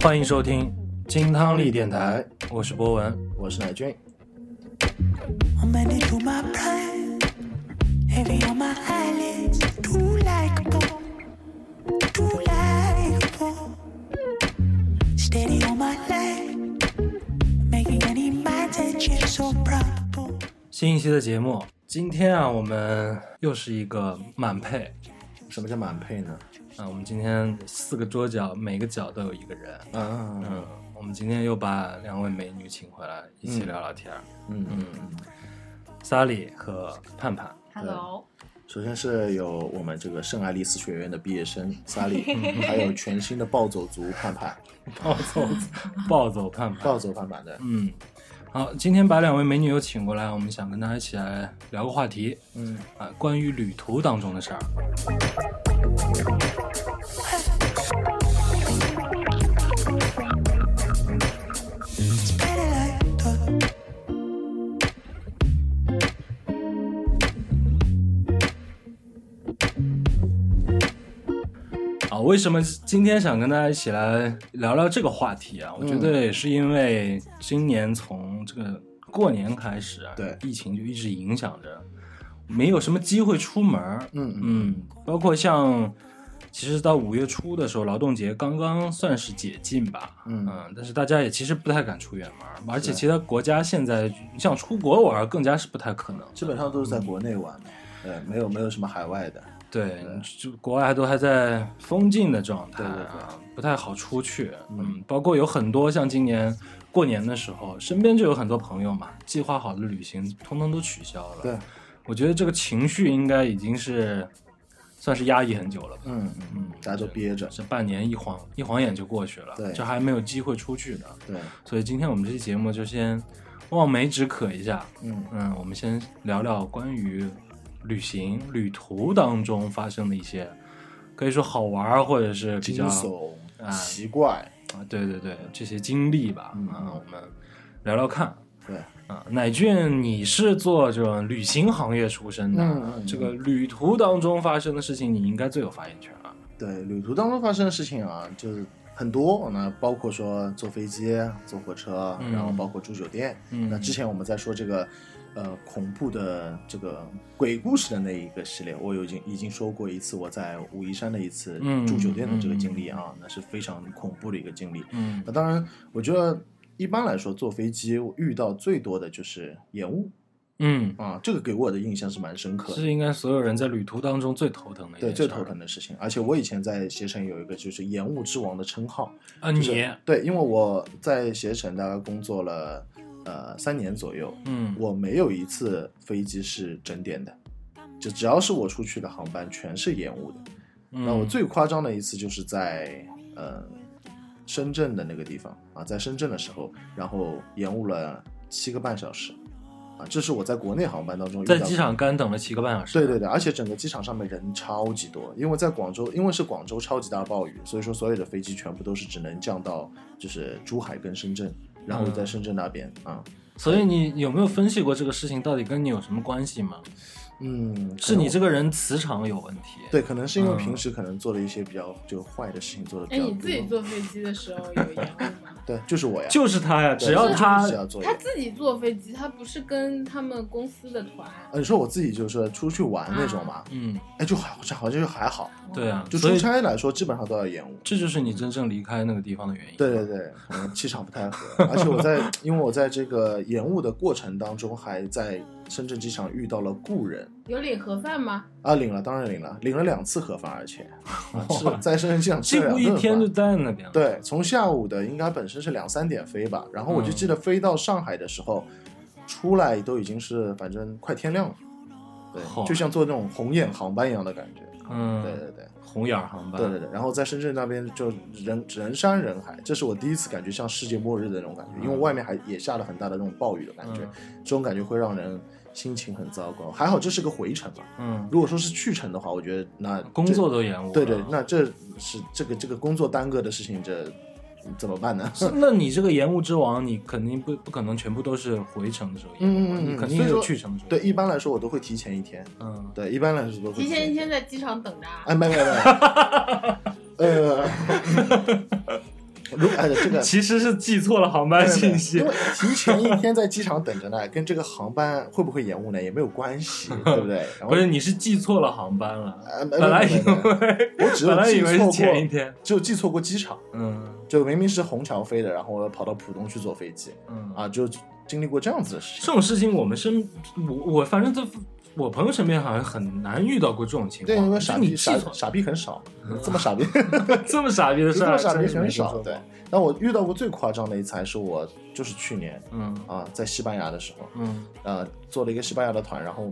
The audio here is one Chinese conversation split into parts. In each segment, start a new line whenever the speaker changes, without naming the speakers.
欢迎收听金汤力电台，我是博文。
我是乃俊。
I'm bending to my pride, heavy on my eyelids. Too likable, too likable. Steady on my leg, making any mind touches so probable.
新一期的节目，今天啊，我们又是一个满配
什么叫满配呢？
啊，我们今天四个桌角，每个角都有一个人。
啊，
嗯，我们今天又把两位美女请回来，一起聊聊天儿。
嗯
嗯，萨里和盼盼，
啊 Hello，
首先是有我们这个圣爱丽丝学院的毕业生萨利，还有全新的暴走族盼盼，
暴走暴走盼盼，
暴走盼盼的，
嗯，好，今天把两位美女又请过来，我们想跟大家一起来聊个话题，
嗯
啊，关于旅途当中的事儿。
It's better like that.
啊，为什么今天想跟大家一起来聊聊这个话题啊？我觉得也是因为今年从这个过年开始啊，
对
疫情就一直影响着，没有什么机会出门儿。
嗯
嗯，包括像，其实到五月初的时候，劳动节刚刚算是解禁吧，
嗯
但是大家也其实不太敢出远门儿，而且其他国家现在像出国玩儿更加是不太可能。
基本上都是在国内玩，呃，没有没有什么海外的，
对，就国外都还在封禁的状态、
对对
啊，不太好出去。嗯，包括有很多像今年过年的时候，身边就有很多朋友嘛，计划好的旅行通通都取消了。
对，
我觉得这个情绪应该已经是算是压抑很久了吧。
嗯嗯，大家都憋着，
这半年一晃一晃眼就过去了，
对
这还没有机会出去呢。
对，
所以今天我们这期节目就先望梅止渴一下，
嗯
嗯，我们先聊聊关于旅行旅途当中发生的一些，可以说好玩儿或者是比
惊
较
悚、
啊
奇怪，
啊，对对对，这些经历吧，
嗯
啊，我们聊聊看。
对，
啊，乃俊，你是做这种旅行行业出身的，啊
嗯嗯嗯
这个旅途当中发生的事情，你应该最有发言权啊。
对，旅途当中发生的事情啊，就是很多那包括说坐飞机、坐火车，
嗯
然后包括住酒店。
嗯
那之前我们在说这个，呃，恐怖的这个鬼故事的那一个系列，我有已经已经说过一次我在武夷山的一次
嗯
住酒店的这个经历啊，那是非常恐怖的一个经历。
嗯
那当然，我觉得一般来说坐飞机我遇到最多的就是延误
嗯，
啊，这个给我的印象是蛮深刻的。
是应该所有人在旅途当中最头疼的一件
对，
事，
最头疼的事情。而且我以前在携程有一个就是延误之王的称号，
啊！
就
你
是对，因为我在携程大概工作了呃三年左右，
嗯，
我没有一次飞机是整点的，就只要是我出去的航班全是延误的。
嗯
那我最夸张的一次就是在呃深圳的那个地方啊，在深圳的时候，然后延误了七个半小时，啊，这是我在国内航班当中遇到
在机场干等了七个半小时，
对对对，而且整个机场上面人超级多，因为在广州，因为是广州超级大暴雨，所以说所有的飞机全部都是只能降到就是珠海跟深圳，然后
嗯
在深圳那边啊，
所以你有没有分析过这个事情到底跟你有什么关系吗？
嗯，
是你
可能
这个人磁场有问题。
我，对，可能是因为
嗯
平时可能做了一些比较就坏的事情做的比
哎，
较多，？
你自己坐飞机的时候有延误吗
对，就是我呀，
就是他呀，
对
只要
就是
他
只要做一
他
个。
自己坐飞机，他不是跟他们公司的团，
呃，你说我自己就是出去玩那种
啊
嘛，
嗯，
哎，就好像好像就还好，
对啊，
就
所
出
以
差来说基本上都要延误。
这就是你真正离开那个地方的原因。
对对对，可能气场不太合，而且我在因为我在这个延误的过程当中，还在深圳机场遇到了故人
有领盒饭吗？
啊，领了，当然领了，领了两次盒饭，而且啊吃在深圳机场吃
几
了
乎一
两
天
顿
就
饭。
待在那边了。
对，从下午的应该本身是两三点飞吧，然后我就
嗯
记得飞到上海的时候，出来都已经是反正快天亮了，
好
对，就像坐那种红眼航班一样的感觉。
嗯，
对对对。
红眼儿航班。
对对对，然后在深圳那边就人人山人海，这是我第一次感觉像世界末日的那种感觉，因为外面还也下了很大的那种暴雨的感觉，
嗯
这种感觉会让人心情很糟糕。还好这是个回程吧，
嗯，
如果说是去程的话，我觉得那这
工作都延误了。
对对，那这是这个这个工作耽搁的事情，这怎么办呢？
是那你这个延误之王，你肯定不不可能全部都是回程的时候延误，
嗯嗯嗯
你肯定
所以
有
说
去程的时候。
对，，一般来说我都会提前一天，
嗯，
对，一般来说都会哎
提前一
一
天
啊
在机场等着啊。
哎，没没没，呃， 如果哎这个
其实是记错了航班信息
因。为提前一天在机场等着呢，跟这个航班会不会延误呢也没有 关系，对不对？然后
不是，你是记错了航班了。
呃，没
本来
没
以
没没
为，
我只
本
有
来以
记
为
错
是
过
前一天。
只有记错过机场，
嗯
就明明是虹桥飞的，然后我跑到浦东去坐飞机
嗯
啊，就经历过这样子的事
这
情。
种事情我们身，我我反正在我朋友身边好像很难遇到过这种情
对，
况。
因为
就
傻
你
逼
记
傻
错
傻逼 很少，这么傻逼，
这么傻逼的事
这
儿，
么傻逼
真是啊没
很
听
少。
说过
对，，但我遇到过最夸张的一次还是我就是去年
嗯
啊，在西班牙的时候，
嗯
呃，做了一个西班牙的团，然后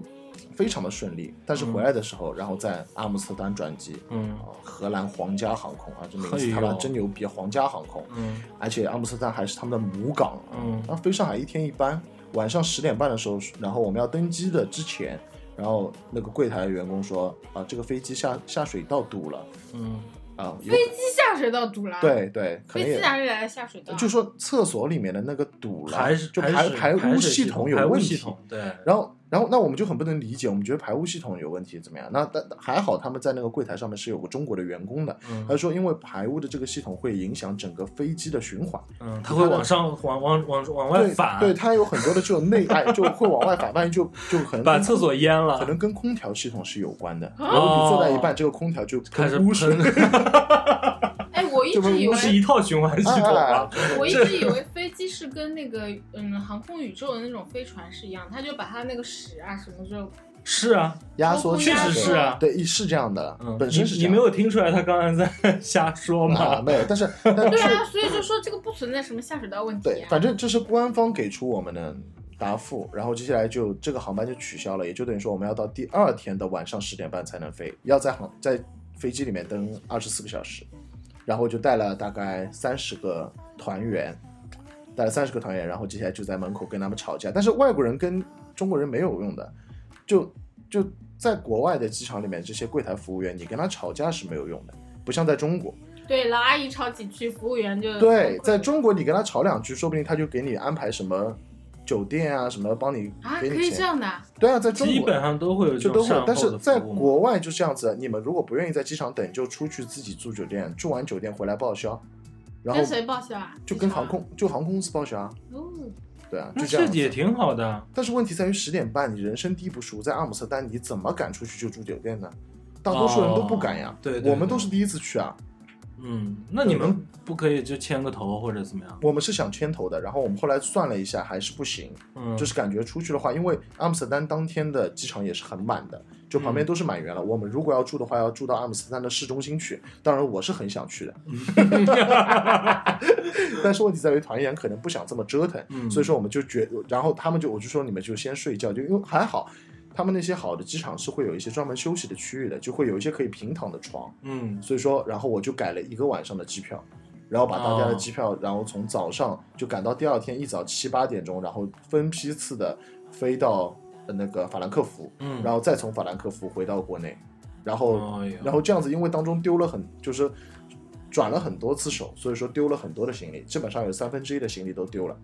非常的顺利，但是回来的时候，然后在阿姆斯特丹转机，呃
嗯哦
荷兰皇家航空啊，这名
嘿
字
呦
他妈真牛逼，皇家航空，
嗯
而且阿姆斯特丹还是他们的母港啊。
嗯
然后飞上海一天一班，晚上十点半的时候，然后我们要登机的之前，然后那个柜台的员工说啊，这个飞机下下水道堵了
嗯
啊，有
飞机下水道堵了，，啊
对对，可能
飞机
也。呃
哪里来的下水道？啊
就说厕所里面的那个堵了，
排水
就排
水
排
水
污
系
统
排
有
污
问
系
题，
统对，
然后，然后那我们就很不能理解，我们觉得排污系统有问题怎么样？那但但还好他们在那个柜台上面是有个中国的员工的，
嗯
他说因为排污的这个系统会影响整个飞机的循环，
嗯，它会往上往往往往外
呃对
反，
对，它有很多的这种 内外就会往外反，万一就就可能
把厕所淹
可
了，
能跟空调系统是有关的，然后
哦
你坐在一半，这个空调就
开始
喷污水，
喷，
哎，我一
这不
直以
不是一
为，
套循环系统
啊
吗？
我一直以为飞机是跟那个嗯航空宇宙的那种飞船是一样，它就把它那个屎啊什么就，
是啊，
压缩
确
实是啊
对，是这样的
嗯，，
本身是
你
这
你
样
没
的。
有听出来他刚刚在瞎说
啊，
吗？
没有，但是 但
对
是
啊，所以就说这个不存在什么下水道问题
对，
啊。
反正这是官方给出我们的答复，然后接下来就这个航班就取消了，也就等于说我们要到第二天的晚上十点半才能飞，要在航在飞机里面等
嗯
二十四个小时，然后就带了大概三十个团员，带了三十个团员，然后接下来就在门口跟他们吵架，但是外国人跟中国人没有用的，就就在国外的机场里面，这些柜台服务员你跟他吵架是没有用的，不像在中国。
对，老阿姨吵几句，服务员就
对，在中国你跟他吵两句，说不定他就给你安排什么酒店啊，什么帮你
啊，可
给你
以这
钱。
样的啊，
对啊，在中
基
国
本上都会有这
就
种
都会
善
有，但
后
是
的
在
服务嘛。
国外就这样子，你们如果不愿意在机场等，就出去自己住酒店，住完酒店回来报销，然后
跟谁报销啊？
就跟航空就航空公司报销啊。
哦，
对啊，
那
就这样
这也
子。
挺好的，啊
但是问题在于十点半，你人生地不熟，在阿姆斯特丹你怎么敢出去就住酒店呢？大多数人都不敢呀
哦。对对
我们
对
都是第一次去啊，
嗯，那你们不可以就牵个头或者怎么样？
我们是想牵头的，然后我们后来算了一下，还是不行。
嗯，
就是感觉出去的话，因为阿姆斯特丹当天的机场也是很满的，就旁
嗯
边都是满员了。我们如果要住的话，要住到阿姆斯特丹的市中心去。当然，我是很想去的，
嗯
但是问题在于团员可能不想这么折腾，
嗯
所以说我们就决，然后他们就我就说你们就先睡觉，就因为还好。他们那些好的机场是会有一些专门休息的区域的，就会有一些可以平躺的床，
嗯
所以说，然后我就改了一个晚上的机票，然后把大家的
哦
机票，然后从早上就赶到第二天一早七八点钟，然后分批次的飞到呃那个法兰克福，
嗯，
然后再从法兰克福回到国内，然后、
哎呦
然后这样子，因为当中丢了很就是转了很多次手，所以说丢了很多的行李，基本上有三分之一的行李都丢了。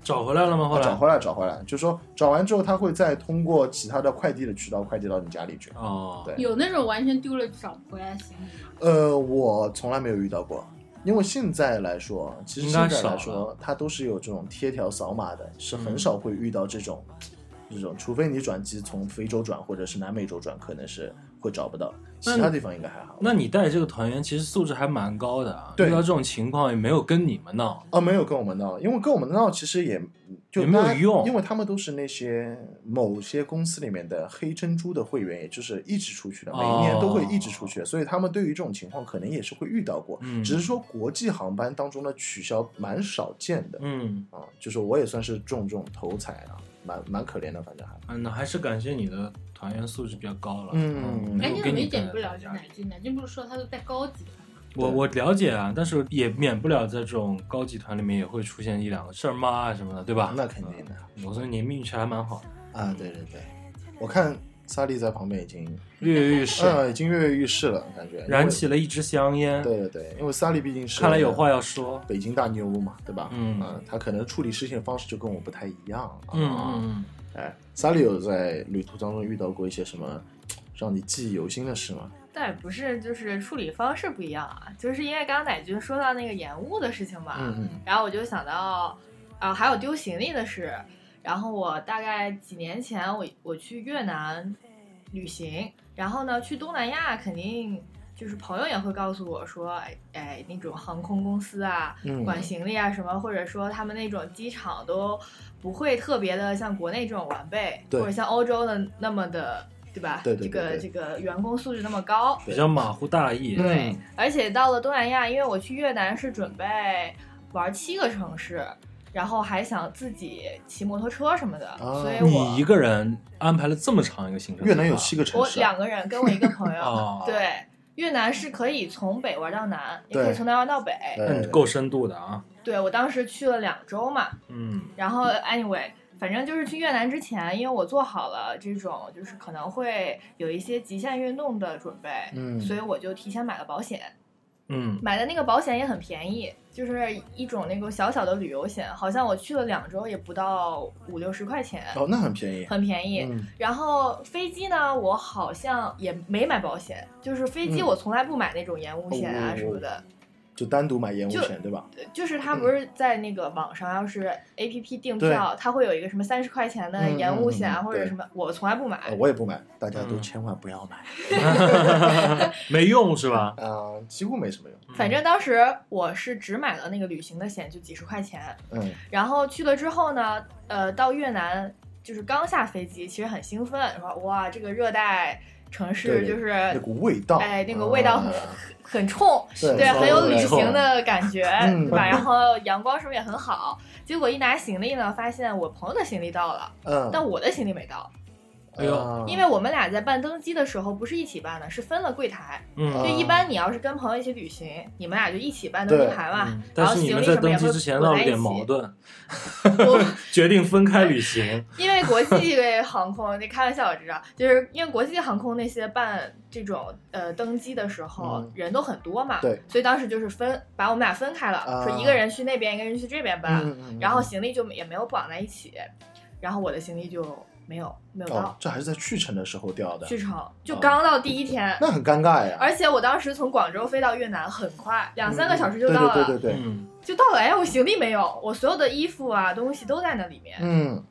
找回来了吗？后
啊找
来
回来，找回来，就说找完之后，他会再通过其他的快递的渠道快递到你家里去。
哦，
对
有那种完全丢了找不回来的行李吗？
呃，我从来没有遇到过，因为现在来说，其实
应该
现在
少
来
嗯
说，它都是有这种贴条扫码的，是很少会遇到这种，这种，除非你转机从非洲转或者是南美洲转，可能是会找不到，其
那
他
你
地方应该还好。
那你带这个团员其实素质还蛮高的啊，
对
遇到这种情况也没有跟你们闹，
哦，没有跟我们闹，因为跟我们闹其实也就
也没有
大家
用
因为他们都是那些某些公司里面的黑珍珠的会员，也就是一直出去的，每一年都会一直出去，所以他们对于这种情况可能也是会遇到过，
哦嗯
只是说国际航班当中的取消蛮少见的，
嗯，
啊，就是我也算是中这种头彩啊，蛮蛮可怜的，反正还。
嗯，那还是感谢你的团员素质比较高了。
嗯
嗯，没
哎，
有给
你怎么
你
一点
带
不
来
了
的
解
压力
南京？南京不是说它都在高级
我我了解啊，但是也免不了在这种高级团里面也会出现一两个事儿妈啊什嗯么的，对吧？
那肯定的
我说你运气还蛮好的，
啊，对对对，我看萨利在旁边已经，
跃跃欲试，
嗯，已经跃跃欲试了，感觉。因
燃
为
起了一支香烟。
对对对，因为萨利毕竟是
看来有话要说。
北京大妞嘛，对吧？
嗯
啊他可能处理事情的方式就跟我不太一样啊。
嗯嗯
哎，萨利有在旅途当中遇到过一些什么让你记忆犹新的事吗？
的。
但也不是就是处理方式不一样啊，就是因为刚刚奶君说到那个延误的事情嘛，
嗯嗯
然后我就想到，啊，还有丢行李的事。然后我大概几年前我，我去越南旅行，然后呢去东南亚，肯定就是朋友也会告诉我说，哎哎，那种航空公司啊，
嗯
管行李啊什么，或者说他们那种机场都不会特别的像国内这种完备，
对
或者像欧洲的那么的，对吧？
对对对对
这个这个员工素质那么高，
比较马虎大意。
对，嗯而且到了东南亚，因为我去越南是准备玩七个城市，然后还想自己骑摩托车什么的，
啊
所以
你一
我
个人安排了这么长一个行程计
嗯越
划，
南有七个城
我
市啊，
两个人跟我一个朋 友，
哦，，
对。越南是可以从北玩到南，也
对
可以从南玩到北。
那你
对
够深度的啊。
对我当时去了两周嘛，
嗯，
然后 anyway，反正就是去越南之前，因为我做好了这种就是可能会有一些极限运动的准备，
嗯
所以我就提前买了保险。
嗯，
买的那个保险也很便宜，就是一种那个小小的旅游险，好像我去了两周也不到五六十块钱，
哦，那很便宜，
很便宜。
嗯
然后飞机呢，我好像也没买保险，就是飞机
嗯哦
我从来不买那种延误险啊什么的，
就单独买延误
就
险对吧？
就是
嗯
它不是在那个网上，要是 A P P 订票，它会有一个什么三十块钱的延误险啊，
嗯嗯嗯
或者什么，我从来不买
呃。我也不买，大家都
嗯
千万不要买
没用是吧？
啊，几乎没什么用。
反正当时我是只买了那个旅行的险，就几十块钱。
嗯
然后去了之后呢，呃，到越南就是刚下飞机，其实很兴奋，说哇，这个热带城市
对
就是
那股味道，
哎那个味道
啊
很冲，
对
对，
很
很有
冲
旅
很
行的感觉，
嗯
对吧？然后阳光什么也很好。结果一拿行李呢，发现我朋友的行李到了，
嗯，
但我的行李没到，
哎呦
啊
因为我们俩在办登机的时候不是一起办的，是分了柜台。
嗯
就
啊
一般你要是跟朋友一起旅行，你们俩就一起办登机
对
牌嘛。
嗯，
然
但
后
是你
行
们
李
在
什么
登
也
机
会
之前
混
闹
在
了
一
点
起
矛盾，
我
决定分开旅行。
因为国际航空，你开玩笑我知道， 就是因为国际航空那些办这种呃登机的时候、
嗯
人都很多嘛，
对，
所以当时就是分把我们俩分开了，
啊
说一个人去那边，一个人去这边办，
嗯嗯嗯
然后行李就也没有绑在一起，然后我的行李就没有没有
哦
到，
这还是在去程的时候掉的，
去程，就刚到第一天，
那很尴尬呀。
而且我当时从广州飞到越南很快，两三个小时就
对
到
嗯
了，
对对对对，
嗯，
就到了，哎，我行李没有，我所有的衣服啊东西都在那里面，
嗯，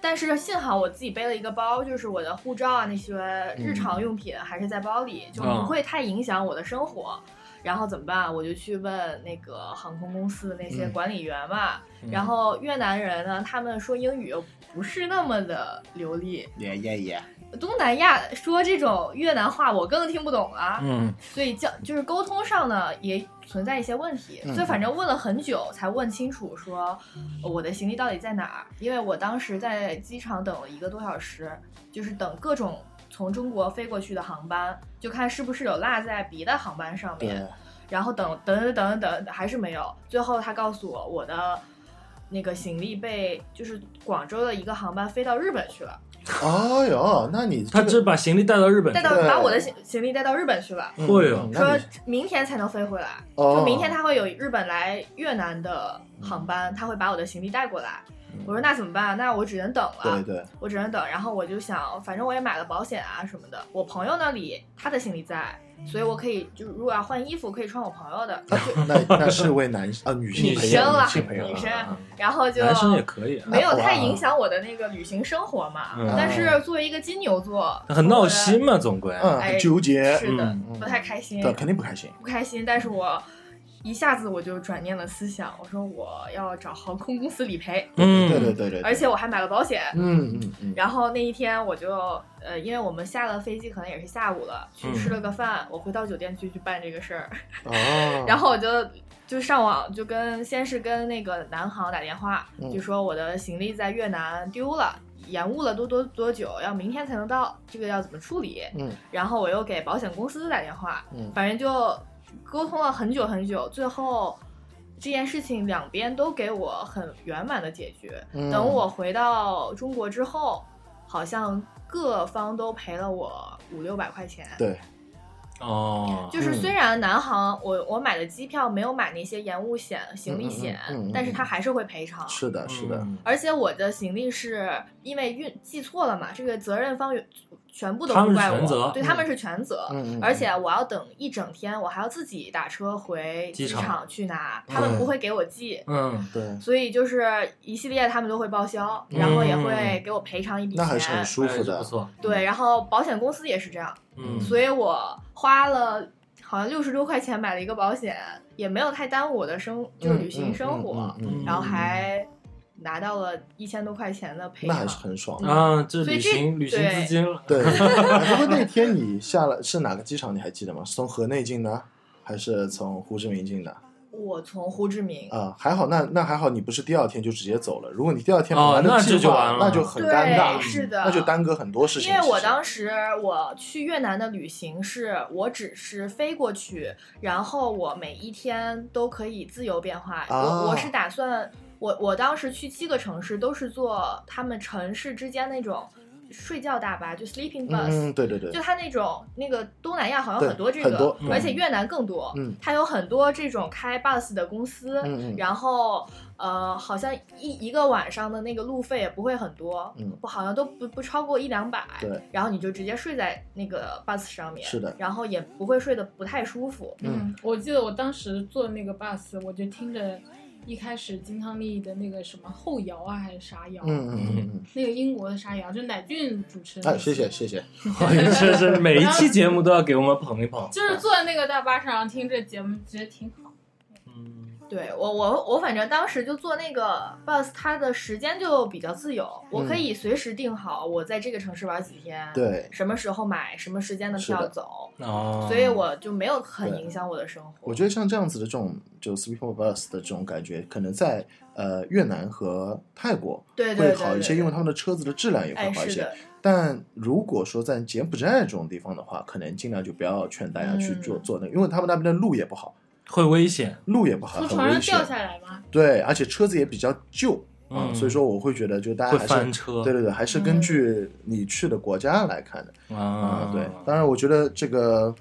但是幸好我自己背了一个包，就是我的护照啊那些日常用品还是在包里，就不会太影响我的生活。然后怎么办？我就去问那个航空公司的那些
嗯
管理员嘛。
嗯
然后越南人呢，他们说英语又不是那么的流利，
耶耶耶，
东南亚说这种越南话我更听不懂了、
嗯，
所以交就是沟通上呢也存在一些问题，
嗯
所以反正问了很久才问清楚说呃我的行李到底在哪儿，因为我当时在机场等了一个多小时，就是等各种从中国飞过去的航班，就看是不是有落在别的航班上
对
面，，然后等等等等等还是没有，最后他告诉我我的。那个行李被就是广州的一个航班飞到日本去了，
哎呦，那你
他
这
只
个，
把行李带到日本去
带到
对
把我的行行李带到日本去了，
嗯
哎呦
那
说
你
明天才能飞回来。
哦，
就明天他会有日本来越南的航班，他会把我的行李带过来。我说那怎么办？那我只能等了，
对对，
我只能等。然后我就想，反正我也买了保险啊什么的，我朋友那里他的行李在，所以我可以就如果要换衣服，可以穿我朋友的。
那那是位男啊女性
女
朋
生
友，
啦
女性朋友，
女生
啊
然后就
男生
哦
也可以啊，
没有太影响我的那个旅行生活嘛。
嗯
但是作为一个金牛座，
很闹
我
心嘛，总归。
嗯，
哎
很纠
觉得。
结，
是的，
嗯
不太开心。
对，肯定不开心。
不开心，但是我一下子我就转念了思想，我说我要找航空公司理赔，
嗯，
对对对对，
而且我还买了保险。
嗯嗯嗯，
然后那一天我就呃，因为我们下了飞机，可能也是下午了，去
嗯
吃了个饭，我回到酒店去去办这个事儿，
哦，
然后我就就上网就跟先是跟那个南航打电话，
嗯
就说我的行李在越南丢了。延误了多多多久？要明天才能到，这个要怎么处理？
嗯
然后我又给保险公司打电话，
嗯
反正就沟通了很久很久，最后这件事情两边都给我很圆满的解决。
嗯
等我回到中国之后，好像各方都赔了我五六百块钱。
对，嗯
哦，
就是虽然南航我我买的机票没有买那些延误险、
嗯
行李
嗯
险
嗯嗯嗯，
但是它还是会赔偿。
是的，是的，
嗯
而且我的行李是因为运记错了嘛，这个责任方有全部都
他
不
们
怪
全责
我，对他们是全责。
嗯嗯
而且我要等一整天，我还要自己打车回
机
机
场
场去拿，他们不会给我寄，
嗯，
对，
所以就是一系列他们都会报销，然后也会给我赔偿一笔
那还是
钱
很。舒服
哎
的
不。错，
对，然后保险公司也是这样，
嗯，
所以我花了好像六十多块钱买了一个保险，也没有太耽误我的生，就是旅行生活，
嗯嗯嗯嗯嗯
然后还拿到了一千多块钱的赔
那
偿
还。是很爽。的。
啊，这
所以
旅
这
行旅行
对
资金 了，
对，哎不过那天你下了是哪个机场？你还记得吗？是从河内进的，还是从胡志明进的？
我从胡志明，
啊，还好，那那还好，你不是第二天就直接走了。如果你第二天
哦
本来
那
的计
这就
划
完，了
那就很
对
尴尬，
是的
那就耽搁很多事情。
因为我
时
当时我去越南的旅行是，我只是飞过去，然后我每一天都可以自由变化。
啊
我我是打算，我我当时去七个城市都是坐他们城市之间那种睡觉大巴，就 sleeping
嗯
bus，、
嗯，对对对
就，它那种那个东南亚好像
对
很多这
很
个
多，
而且越南更多，
嗯
它有很多这种开 bus 的公司，
嗯嗯
然后呃，好像一一个晚上的那个路费也不会很多，
嗯
不好像都不不超过一两百，
对，
然后你就直接睡在那个 bus 上面，
是的
然后也不会睡得不太舒服，
嗯
嗯，我记得我当时坐那个 bus，我就听着一开始金汤力的那个什么后摇啊，还是啥摇，
嗯嗯嗯嗯，
那个英国的啥摇，就乃俊主持的。
哎，谢谢。谢谢，
这是每一期节目都要给我们捧一捧。
就是坐在那个大巴上听这节目，觉得挺好。
嗯，
对我我我反正当时就坐那个 bus，它的时间就比较自由，我可以随时定好我在这个城市玩几天，。
嗯对。
什么时候买什么时间的
是
票
的嗯
走，
哦，
所以我就没有很
对
影响我的生活。
我觉得像这样子的这种就 sleeper bus 的这种感觉，可能在呃越南和泰国
对对
会
对
好一些，
对
因为他们的车子的质量也会
哎
好一
是
些
的。，
但如果说在柬埔寨这种地方的话，可能尽量就不要劝大家去
嗯
做做那个，因为他们那边的路也不好，
会危险。
路也不好，
从
啊很危
床上
险
掉。下来吗？
对，而且车子也比较旧啊、
嗯
所以说我会觉得就大家
会
还是
翻车
对对对，还是根据你去的国家来看的啊、
啊
对，当然我觉得这个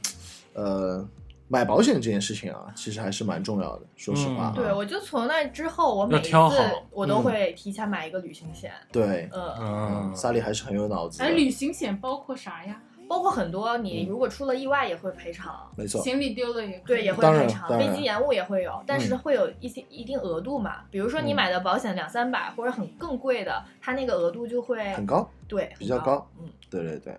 呃买保险这件事情啊，其实还是蛮重要的，说实话啊、
嗯
对我就从那之后，我每
要
一次
挑好
我
嗯
都会提前买一个旅行险，
对，
嗯，
嗯，
萨利还是很有脑子的
哎，，旅行险包括啥呀？
嗯
包括很多你如果出了意外也会赔偿，
没错，
行李丢了也可以
对也会
当然
赔偿，
当然
飞机延误也会有，但是会有一些一定额度嘛，比如说你
嗯
买的保险两三百或者很更贵的，它那个额度就会
很高，
对
比较
很
高，
嗯，
对对对，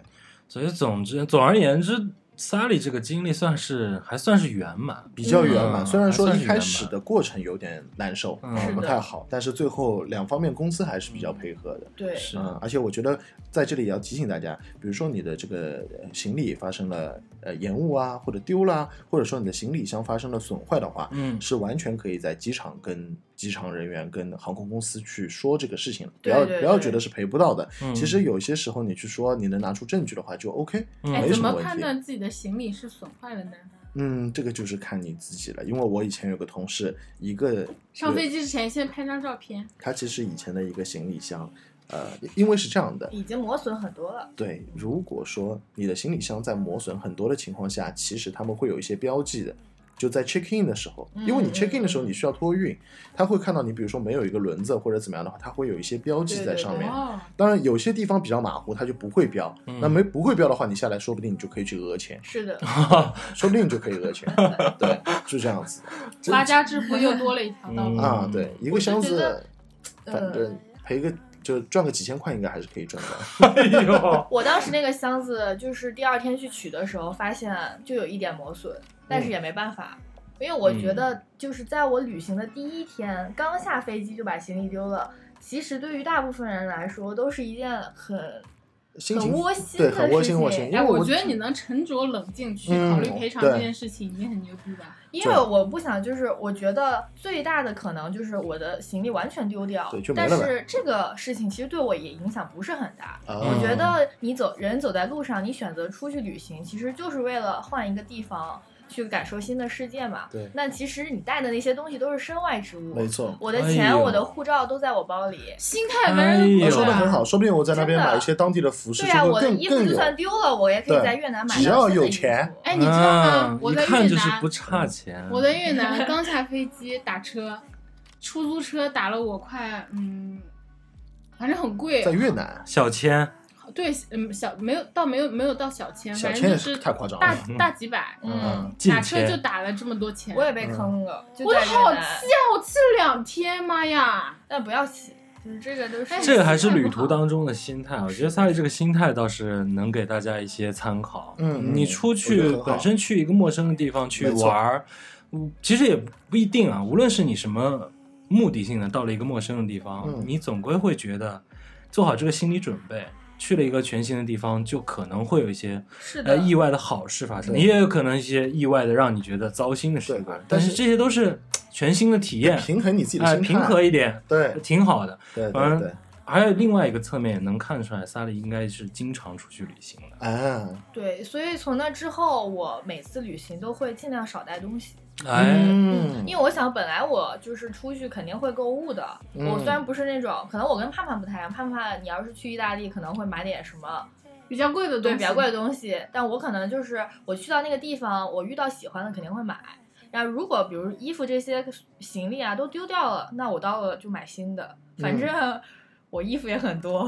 所以总之总而言之，Sally 这个经历算是还算是圆满，
比较圆满、
嗯
虽然说
还算
一
是圆满
开始的过程有点难受，
嗯
啊
是
不
的
太好，但是最后两方面公司还是比较配合的。
对
是
嗯，而且我觉得在这里也要提醒大家，比如说你的这个呃行李发生了呃延误啊，或者丢啦，或者说你的行李箱发生了损坏的话，
嗯，
是完全可以在机场跟机场人员、跟航空公司去说这个事情的，不
对
要
对
不要
对
觉得是赔不到的。
嗯
其实有些时候你去说你能拿出证据的话，就 OK，
嗯
哎，
没
怎
什么
么
问
判
题。
断自己的行李是损坏了呢？
嗯，这个就是看你自己了，因为我以前有个同事，一个
上
有
飞机之前先拍张照片。
他其实以前的一个行李箱，呃，因为是这样的，
已经磨损很多了，
对，如果说你的行李箱在磨损很多的情况下，其实他们会有一些标记的。就在 check in 的时候，
嗯
因为你 check in 的时候你需要托运，他会看到你，比如说没有一个轮子或者怎么样的话，他会有一些标记在上
对
面。
哦，
当然，有些地方比较马虎，它就不会标。那没不会标的话，你下来说不定你就可以去讹钱，
是的，
说不定你就可以讹 钱。对，就这样子这
发家致富又多了一条道
嗯
路。
啊。对，一个箱
我就觉
子
得，
反
嗯。
正赔个就赚个几千块，应该还是可以赚的。
哎呦，
我当时那个箱子就是第二天去取的时候，发现就有一点磨损，但是也没办
嗯
法，因为我觉得就是在我旅行的第一天，刚下飞机就把行李丢了。其实对于大部分人来说，都是一件很
心情
很窝心
对，
的
很窝心
事情
窝心。因为
哎，我
我
觉得你能沉着冷静去
嗯
考虑赔偿
对
这件事情，已经很牛逼了。
因为我不想，就是我觉得最大的可能就是我的行李完全丢掉
对就，没了
但
呗
是这个事情其实对我也影响不是很大。
啊
我觉得你走人走在路上，你选择出去旅行，其实就是为了换一个地方去感受新的世界嘛。
对
那其实你带的那些东西都是身外之物。
没错
我的
哎
钱、
呦
我的护照都在我包里。
心态完
哎
全不
呦
啊说的很好，说不定我在那边
真的
买一些当地的服饰，
对
说
啊，
不
我的
定
衣
更更
服就
有。
算丢了，我也可以
对
在越南买到
只要
新的
有
衣服
钱
哎，你知道吗
啊？
我
一
在
看
越
就是
南
不，差钱。
我在越南刚下飞机打车，出租车打了我快嗯，反正很贵
在，越南
小千，
对，嗯，小没有到没有没有到小千，
小
反
千
正
也
就是是
太夸张
大
了。
大几百，
嗯，
近
打车
千
就打了这么多钱，
我也被
嗯
坑了，就
我
在越
好气
南
啊！我气了两天，妈呀！
但不要气，就是这个都是
哎
这个还是旅途当中的心态，啊我觉得萨利这个心态倒是能给大家一些参考。
嗯嗯
你出
我觉得
去
很好
本身去一个陌生的地方去
没错
玩儿，嗯其实也不一定啊。无论是你什么目的性的，到了一个陌生的地方，
嗯
你总归会觉得做好这个心理准备。去了一个全新的地方，就可能会有一些
是
呃
的，
意外的好事发生，
对
也有可能一些意外的让你觉得糟心的事情
对
发生。
但
但
是
是这些都是全新的体验，
平衡你自己的
哎、
心态，
平和一嗯点，
对
挺好的。
对
反
对
正
对，
还有另外一个侧面也能看出来，萨利应该是经常出去旅行的。
啊，
对，所以从那之后，我每次旅行都会尽量少带东西，
哎，
嗯
因为我想本来我就是出去肯定会购物的。
嗯
我虽然不是那种，可能我跟盼盼不太一样，盼盼你要是去意大利可能会买点什么
比较贵的东
对
西，
比较贵的东西，但我可能就是我去到那个地方，我遇到喜欢的肯定会买。然后如果比如衣服这些行李啊都丢掉了，那我到了就买新的。反
嗯
正 我衣服也很多，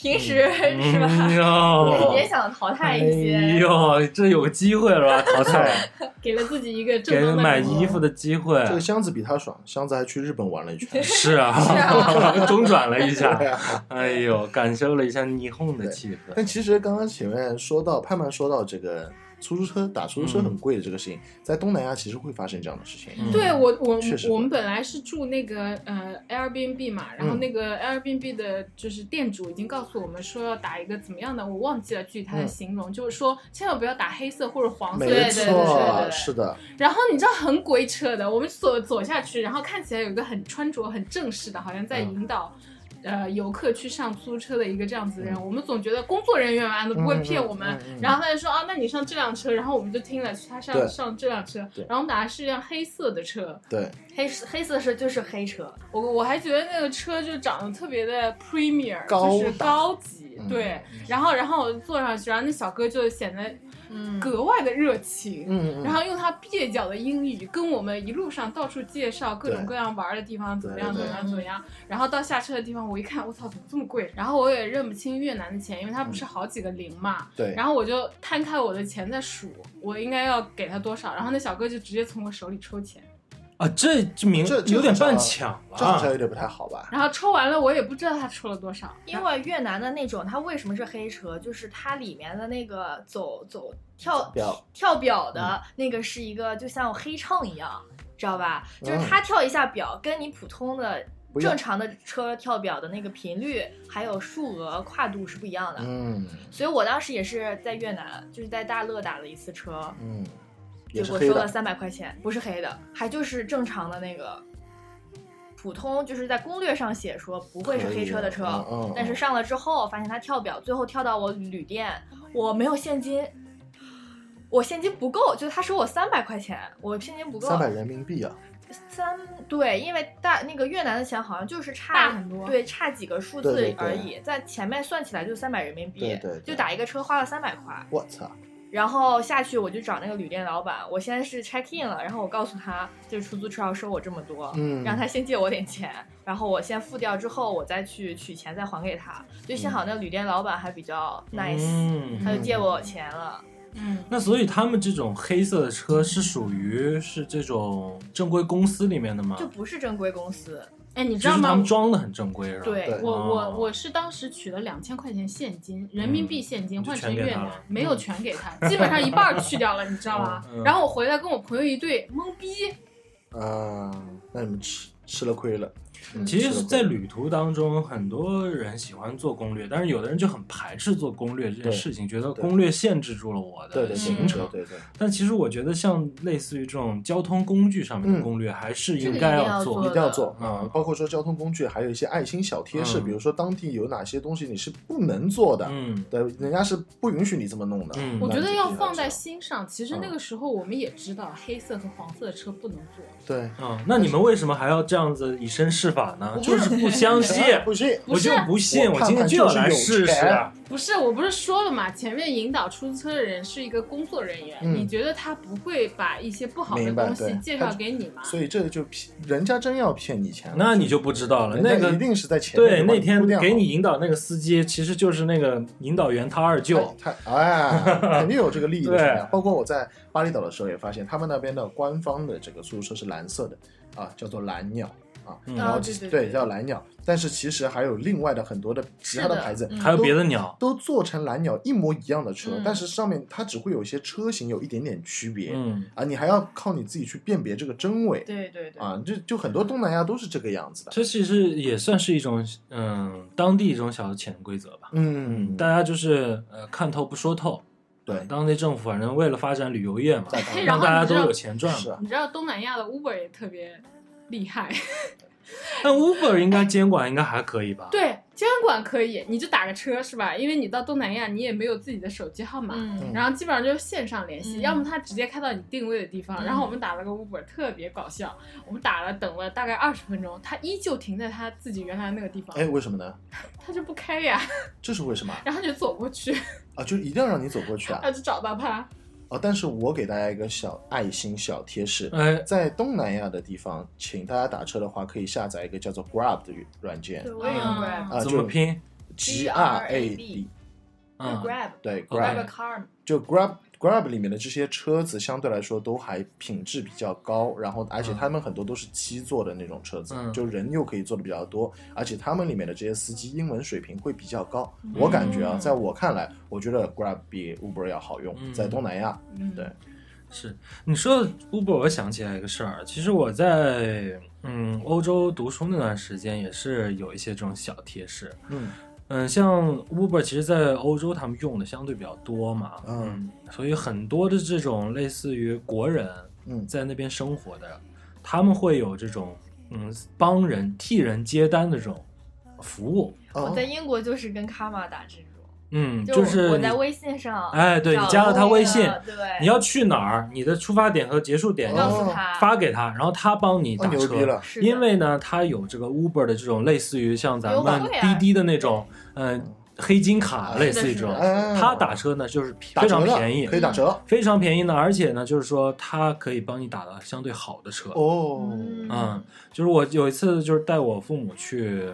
平时、 是吧？
哟
也想淘
嗯哎
汰一些，
呦，这有机会了吧？淘汰，
给了自己一个正
给人
当的
买
理由
衣服的机会。
这。个箱子比他爽，箱子还去日本玩了一圈
是啊，
啊
中转了一 下
对，啊
哎呦，感受了一下霓虹的气氛。
但其实刚刚前面说到，盼盼说到这个出租车打出租车很贵的这个事情，在东南亚其实会发生这样的事情。
嗯
对我，我
确实
我们本来是住那个呃 Airbnb 嘛，
嗯
然后那个 Airbnb 的就是店主已经告诉我们说要打一个怎么样的，我忘记了具体他的
嗯
形容，就是说千万不要打黑色或者黄色
没
的。
哦对对对对
错，
对
是的，
然后你知道很鬼扯的，我们走走下去，然后看起来有一个很穿着很正式的，好像在
嗯
引导。呃，游客去上出租车的一个这样子的人，我们总觉得工作人员啊嘛都不会骗我们，
嗯嗯嗯嗯嗯嗯
然后他就说啊，那你上这辆车，然后我们就听了，他
对
上上这辆车，
对
然后我们打的是一辆黑色的车，
对，
黑黑色是就是黑车，
我我还觉得那个车就长得特别的 premier，
高档
就是高级，
嗯
对。然后然后我就坐上去，然后那小哥就显得
嗯
格外的热情，
嗯
然后用他蹩脚的英语跟我们一路上到处介绍各种各样玩的地方怎么样
对
怎
对
么样怎么样。然后到下车的地方，我一看，我操，怎么这么贵？然后我也认不清越南的钱，因为它不是好几个零嘛。
对，
然后我就摊开我的钱在数，我应该要给他多少，然后那小哥就直接从我手里抽钱。
啊，这这名
这这
有点
好像
半抢了
这好像
啊。
有点不太好吧？
然后抽完了，我也不知道他抽了多少，
因为越南的那种它为什么是黑车，就是它里面的那个走走跳
表
跳表的那个是一个就像黑秤一样，知道吧？
嗯
就是它跳一下表，跟你普通的
不一样
正常的车跳表的那个频率还有数额跨度是不一样的。
嗯
所以我当时也是在越南，就是在大乐打了一次车，
嗯，也
结
是
果
黑
收了
的，
三百块钱，不是黑的，还就是正常的那个普通，就是在攻略上写说不会是黑车的车，
嗯嗯嗯
但是上了之后发现它跳表，最后跳到我旅店，
哎
我没有现金，我现金不够，就是他收我三百块钱，我现金不够，
三百人民币啊，
三对，因为大那个越南的钱好像就是差
大很多
对，差几个数
对对对
字而已，在前面算起来就三百人民币，
对对对
就打一个车花了三百块。
我操，
然后下去我就找那个旅店老板，我先是 check in 了，然后我告诉他就是出租车要收我这么多，
嗯
让他先借我点钱，然后我先付掉之后，我再去取钱再还给他。就幸好那个旅店老板还比较 nice，、
嗯，
他就借我钱了。
嗯。
那所以他们这种黑色的车是属于是这种正规公司里面的吗？
就不是正规公司，
哎，你知
就
道
是他
吗
们？装的很正规，是吧？
对
对
我我
哦
我是当时取了两千块钱现金，人民币现金
嗯
换成
就全
越
给他
南
了，嗯
没有全给他，基本上一半儿去掉了，你知道吗
嗯嗯？嗯
然后我回来跟我朋友一对懵逼，
啊，那你们吃吃了亏了。嗯
其实，
吃了亏
在旅途当中，很多人喜欢做攻略，但是有的人就很排斥做攻略这件事情，觉得攻略限制住了我
对
的
对
行
对
程。
对对对，
嗯
但其实我觉得，像类似于这种交通工具上面的
嗯
攻略，还是
这个
应
一
该
定要
做
做
一
的。
定要做
嗯
啊，包括说交通工具，还有一些爱心小贴士，
嗯
比如说当地有哪些东西你是不能做的，
嗯，
对，人家是不允许你这么弄的。
嗯
我觉
那
得
你就
要
一定
放在
做
心上。其实那个时候我们也知道，黑色和黄色的车不能坐，
对，
嗯，那你们为什么还要这样子以身试法呢？就是不相信，
不信。
我就不信，
我
我
看
今
看
天
就
要
是
来
有
试啊试。
钱
不是，我不是说了嘛，前面引导出租车的人是一个工作人员，
嗯
你觉得他不会把一些不好的
明白
东西
对
介
他
绍给你吗？
所以这就骗人家真要骗你钱，
那你就不知道了。
人家
那个
一定是在前面
对，
就把
那天
铺垫好
给你引导那个司机，其实就是那个引导员他二舅。
他哎，肯定有这个利益的
对
存在。包括我在巴厘岛的时候也发现，他们那边的官方的这个出租车是蓝色的，啊，叫做蓝鸟啊，
嗯
然后
哦对对
对
对
叫蓝鸟。但是其实还有另外的很多的其他
是的
牌子，
嗯
还有别
的
的鸟，
都做成蓝鸟一模一样的车，
嗯
但是上面它只会有一些车型有一点点区别
嗯，
啊，你还要靠你自己去辨别这个真伪
对对对，
啊，就就很多东南亚都是这个样子的。嗯
这其实也算是一种嗯当地一种小的潜规则吧。
嗯，
大家就是呃看透不说透，
对，
当地政府反正为了发展旅游业嘛，
然
让
后
大家
你知
都
道
有钱赚
是
嘛。
啊，
你知道东南亚的 Uber 也特别厉害，
但 Uber 应该监管应该还可以吧？
对，监管可以，你就打个车是吧？因为你到东南亚你也没有自己的手机号码，
嗯
然后基本上就是线上联系，
嗯
要么他直接开到你定位的地方。
嗯
然后我们打了个 Uber，特别搞笑，我们打了等了大概二十分钟，他依旧停在他自己原来那个地方，
哎，为什么呢？
他就不开呀，
这是为什么
然后就走过去，
啊？就是一定要让你走过去啊
然！后
嗯
就找到 他。
哦，但是我给大家一个小爱心小贴士，
哎，
在东南亚的地方，请大家打车的话，可以下载一个叫做 Grab 的软件
对，我也用
嗯
Grab，
啊，
怎么
就
拼？
G R A
G R A
B，
B
嗯，
Grab，
对
Grab a
Grab，
car，
就 Grab Grab 里面的这些车子相对来说都还品质比较高，然后而且他们很多都是七座的那种车子，
嗯
就人又可以坐的比较多，而且他们里面的这些司机英文水平会比较高。我感觉啊，
嗯
在我看来，我觉得 Grab 比 Uber 要好用，
嗯
在东南亚，
嗯，
对
是你说的 Uber，我想起来一个事儿。其实我在嗯欧洲读书那段时间，也是有一些这种小贴士。
嗯
嗯，像 Uber，其实，在欧洲他们用的相对比较多嘛，
嗯，
所以很多的这种类似于国人
嗯
在那边生活的，他们会有这种嗯帮人替人接单的这种服务。
哦
我在英国就是跟 Karma 打这种，
嗯，就
我
是
我
你
在微信上，
哎对你
找
加了他
那个
微信
对，
你要去哪儿，你的出发点和结束点
告
要
诉
哦
他，
发给他，然后他帮你
哦
打
牛
车。
逼了，
是的
因为呢，它有这个 Uber 的这种类似于像咱
优
们
惠
滴
啊
滴的那种，嗯、黑金卡
是
类似于
是
这种
的，
啊哎，
它打车呢就是
打
非
折
常
的
便宜
可，以打折
非常便宜呢，而且呢就是说它可以帮你打到相对好的车。
哦，
嗯，就是我有一次就是带我父母去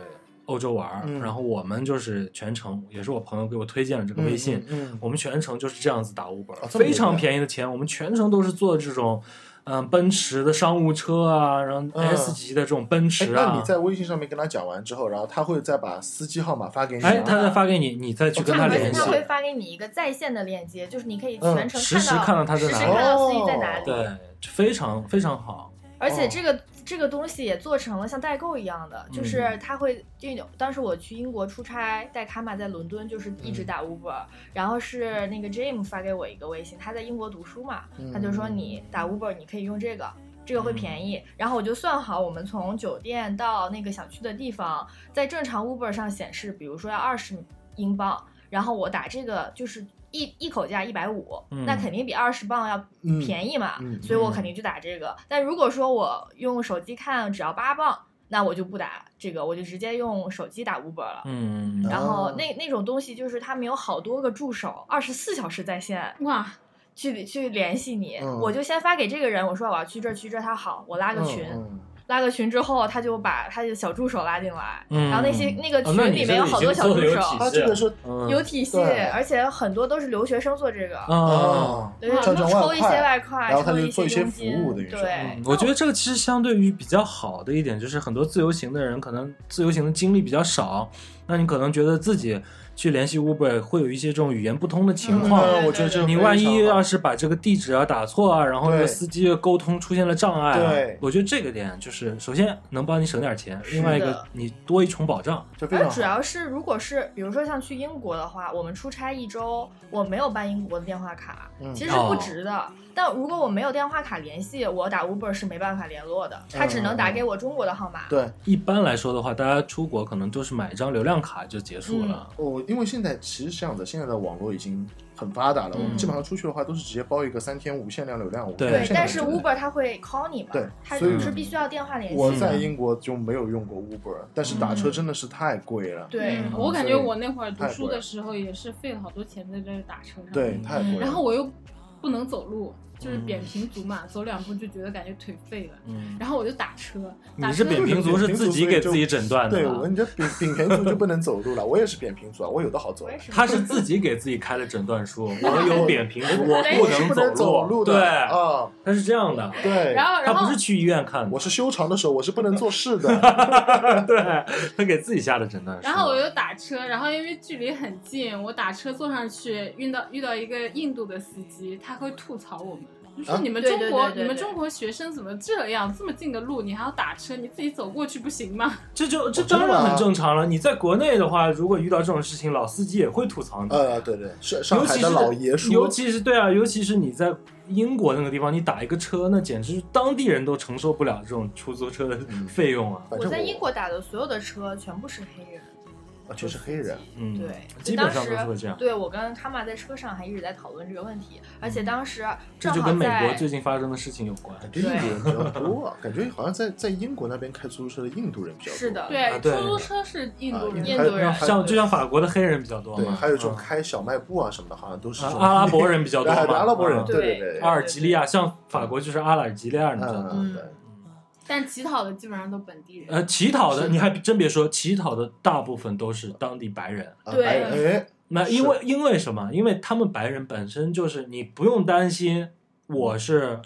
欧洲玩儿，
嗯
然后我们就是全程也是我朋友给我推荐了这个微信，
嗯，嗯
我们全程就是这样子打 Uber，、
哦这么
非常便宜的钱，我们全程都是坐这种，嗯、奔驰的商务车啊，然后
嗯
S 级的这种奔
哎
驰啊。
那你在微信上面跟他讲完之后，然后他会再把司机号码发给你吗，
哎，他再发给你，你再去跟
他
他
会
联系
他。会发给你一个在线的链接，就是你可以全程看
嗯
到、
实时看到他在哪里哦
实时看到司机在哪里。
对，非常非常好。
而
哦
且这个、这个东西也做成了像代购一样的，
嗯
就是他会，因为当时我去英国出差，带卡玛在伦敦就是一
嗯
直打 Uber，、然后是那个 Jim 发给我一个微信，他在英国读书嘛，
嗯
他就说你打 Uber 你可以用这个。这个会便宜，然后我就算好，我们从酒店到那个想去的地方，在正常 Uber 上显示，比如说要二十英镑，然后我打这个就是一一口价一百五
嗯，
那肯定比二十磅要
嗯
便宜嘛，
嗯
所以我肯定就打这个。但如果说我用手机看只要八磅，那我就不打这个，我就直接用手机打 Uber 了。
嗯，
然
哦
后那那种东西就是他们有好多个助手，二十四小时在线
哇，
去去联系你。
嗯
我就先发给这个人，我说我要去这儿去这儿，他好，我拉个群，
嗯
拉个群之后，他就把他的小助手拉进来，
嗯
然后那些那个
哦
群
那你
里
这
面有
已
好
经
多小
做
助
得有
手，
体
他哦这个是
嗯
有体系，
对
而且很多都是留学生做这个。
啊，
哦
留学
赚
生
赚
抽
外
一些
快
外快，
然后他
抽
就
一
做一些
佣
服
金
务等于是
对
嗯，我觉得这个其实相对于比较好的一点，就是很多自由行的人可能自由行的经历比较少，那你可能觉得自己去联系 Uber 会有一些这种语言不通的情况。
嗯我觉得这个
你万一
非常好
要是把这个地址啊打错啊，然后那
对
个司机沟通出现了障碍、啊，
对
我觉得这个点就是首先能帮你省点钱，另外一个你多一重保障。
这非
而
常
呃主
好，
要是，如果是比如说像去英国的话，我们出差一周，我没有办英国的电话卡，
嗯
其实是不值的。但如果我没有电话卡联系，我打 Uber 是没办法联络的，他
嗯
只能打给我中国的号码。
对，
一般来说的话，大家出国可能都是买一张流量卡就结束了。
我、哦因为现在其实是这样的，现在的网络已经很发达了，我们基本上出去的话都是直接包一个三天无限量流量。无
对
限
对
流，量
但是
流量
Uber 他会 call 你嘛
对，
他
所以
就是必须要电话联
我
系。
在英国就没有用过 Uber，但是打车真的是太贵了，
嗯对，
嗯我感觉我那会儿读
太
书
贵
的
了
时候也是费了好多钱在这打车上。
对，太贵了。
然后我又不能走路，就是扁平足嘛，走两步就觉得感觉腿废了。
嗯，
然后我就打车，打
你是
车
扁平足是自己给自己诊断的
对，
吧
我？你这扁扁平足就不能走路了，我也是扁平足啊，我有的好走
我。也是。
他是自己给自己开了诊断 书，我有扁平足，我
对
不
我是不
能
能走
路。
的，
对，
啊，
他是这样的，
对，
然后
他
然
不
后
是去医院看
我
的，
是修长的手，我是不能做事 的。
对，他给自己下的诊断书。
然后我又打车，然后因为距离很近，我打车坐上去，遇到遇到一个印度的司机，他会吐槽我们。就说
啊
你们
对
中
对
国，
对对
你们
对
中国学生怎么这样？这么近的路你还要打车，你自己走过去不行吗？
这就这
哦真
当
的吗
然很正常了。你在国内的话，如果遇到这种事情，老司机也会吐槽你。
呃，对对，上上
尤
海
其
的
是
老爷说，
尤其是对啊，尤其是你在英国那个地方，你打一个车，那简直是当地人都承受不了这种出租车的
嗯
费用啊。
反
我
正
在英国打的所有的车全部是黑人，
啊全是黑人，
嗯，
对，
基
就
本
当
上
时
都是会这样。
对我跟卡玛在车上还一直在讨论这个问题，而且当时
这
正
就
好
跟美
在
国最近发生的事情有关。
感觉印度人比较多啊，感觉好像在在英国那边开出租车的印度人比较多。
是的，
对，
对
出租车是印度人，
印
还有
度人
还有
像就像法国的黑人比较多
对，
嘛，
还有这种
啊
开小卖部啊什么的，好像都是这
啊
种
阿拉伯人 比较多
对
嘛，
阿拉伯
啊
人，
对
对
对
对，
阿尔及利亚，像法国就是阿尔及利亚人比较多。
嗯，对，
但乞讨的基本上都本
嗯
地人。
呃，乞讨的你还真别说，乞讨的大部分都是当地白人。
啊
对
白人，哎，
那因为因为什么？因为他们白人本身就是你不用担心我是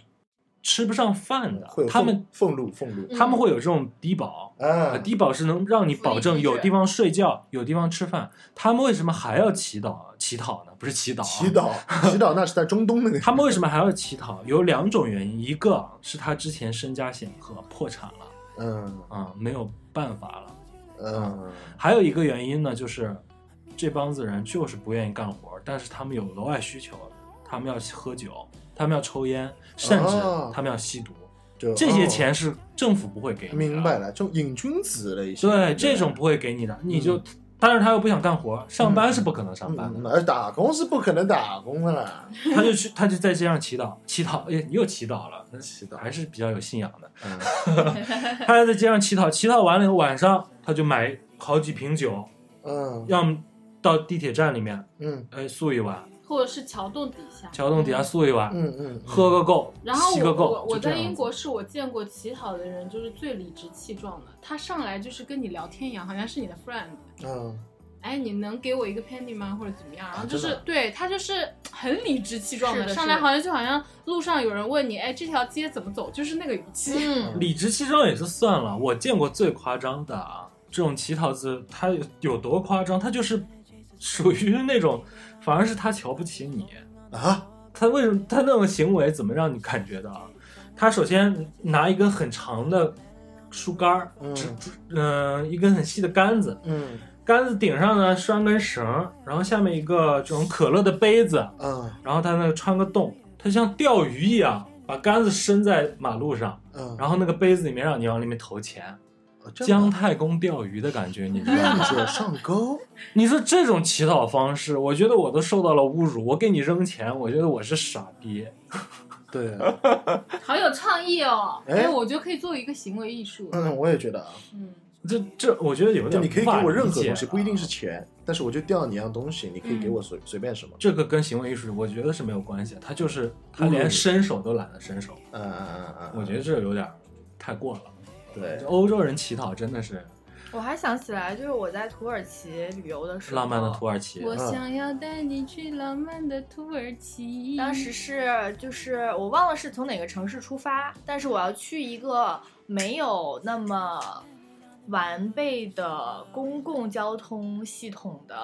吃不上饭的
会，有
他们
俸俸禄俸禄，
嗯
他们会有这种低保。
啊
呃，，低保是能让你保证有地方睡觉、有地方吃饭。他们为什么还要祈祷乞讨呢？不是祈祷、啊，
祈 祷，祈祷那是在中东那个，
他们为什么还要乞讨？有两种原因，一个是他之前身家显赫，破产了，
嗯
啊、没有办法了；
嗯，
还有一个原因呢，就是这帮子人就是不愿意干活，但是他们有额外需求，他们要喝酒，他们要抽烟，甚至
哦
他们要吸毒，
就
这些
哦
钱是政府不会给你的。
明白了，就瘾君子类型，
对，这种不会给你的，你就，但是他又不想干活，上班是不可能上班的，
嗯嗯，而打工是不可能打工的啦。
他就去，他就在街上祈祷，祈祷，哎，你又祈祷了，
祈
还是比较有信仰的。
嗯，
他还在街上乞讨，乞讨完了以后晚上他就买好几瓶酒，
嗯
要么到地铁站里面，
嗯
哎，宿一晚，
或者是桥洞底下。
桥洞底下宿一晚，
嗯嗯，
喝个够，
然后
吸
我
个
我
够。
我
就这
在
样
英
子
国是我见过乞讨的人，就是最理直气壮的。他上来就是跟你聊天一样，好像是你的 friend。
嗯，
哎，你能给我一个 penny 吗？或者怎么样？然后就
真
是、
的啊
对他就是很理直气壮的
是的
上
是
来，
的
好像就好像路上有人问你，哎，这条街怎么走？就是那个语气。
嗯，
理直气壮也就算了，我见过最夸张的啊，这种乞讨子他有有多夸张？他就是属于那种，反而是他瞧不起你。
啊，
他为什么他那种行为怎么让你感觉到？啊他首先拿一根很长的树干儿，
嗯
直直嗯、一根很细的杆子，
嗯
杆子顶上呢拴根绳儿，然后下面一个这种可乐的杯子，
嗯
然后他那个穿个洞，他像钓鱼一样把杆子伸在马路上，
嗯，哦
然后那个杯子里面让你往里面投钱，姜
将
太公钓鱼的感觉，你知道
愿
吗？
者上 钩，
你说这种乞讨方式，我觉得我都受到了侮辱，我给你扔钱，我觉得我是傻逼。
对，
好有创意哦！
哎
哎，我觉得可以做一个行为艺术。
嗯，我也觉得啊，
嗯，
这这，我觉得有
就
点啊
你可以
无
给
法
我任
理
何
解
东西，
了
不一定是钱，但是我就钓你一样东西，你可以给
嗯
我随随便什么，
这个跟行为艺术，我觉得是没有关系的。他就是他
侮辱
连
你
伸手都懒得伸手，
嗯嗯嗯嗯，
我觉得这有点太过了。
对
这，欧洲人乞讨真的是
我还想起来，就是我在土耳其旅游的时候，
浪漫的土耳其，
啊
我想要带你去浪漫的土耳其。
当时是就是我忘了是从哪个城市出发，但是我要去一个没有那么完备的公共交通系统的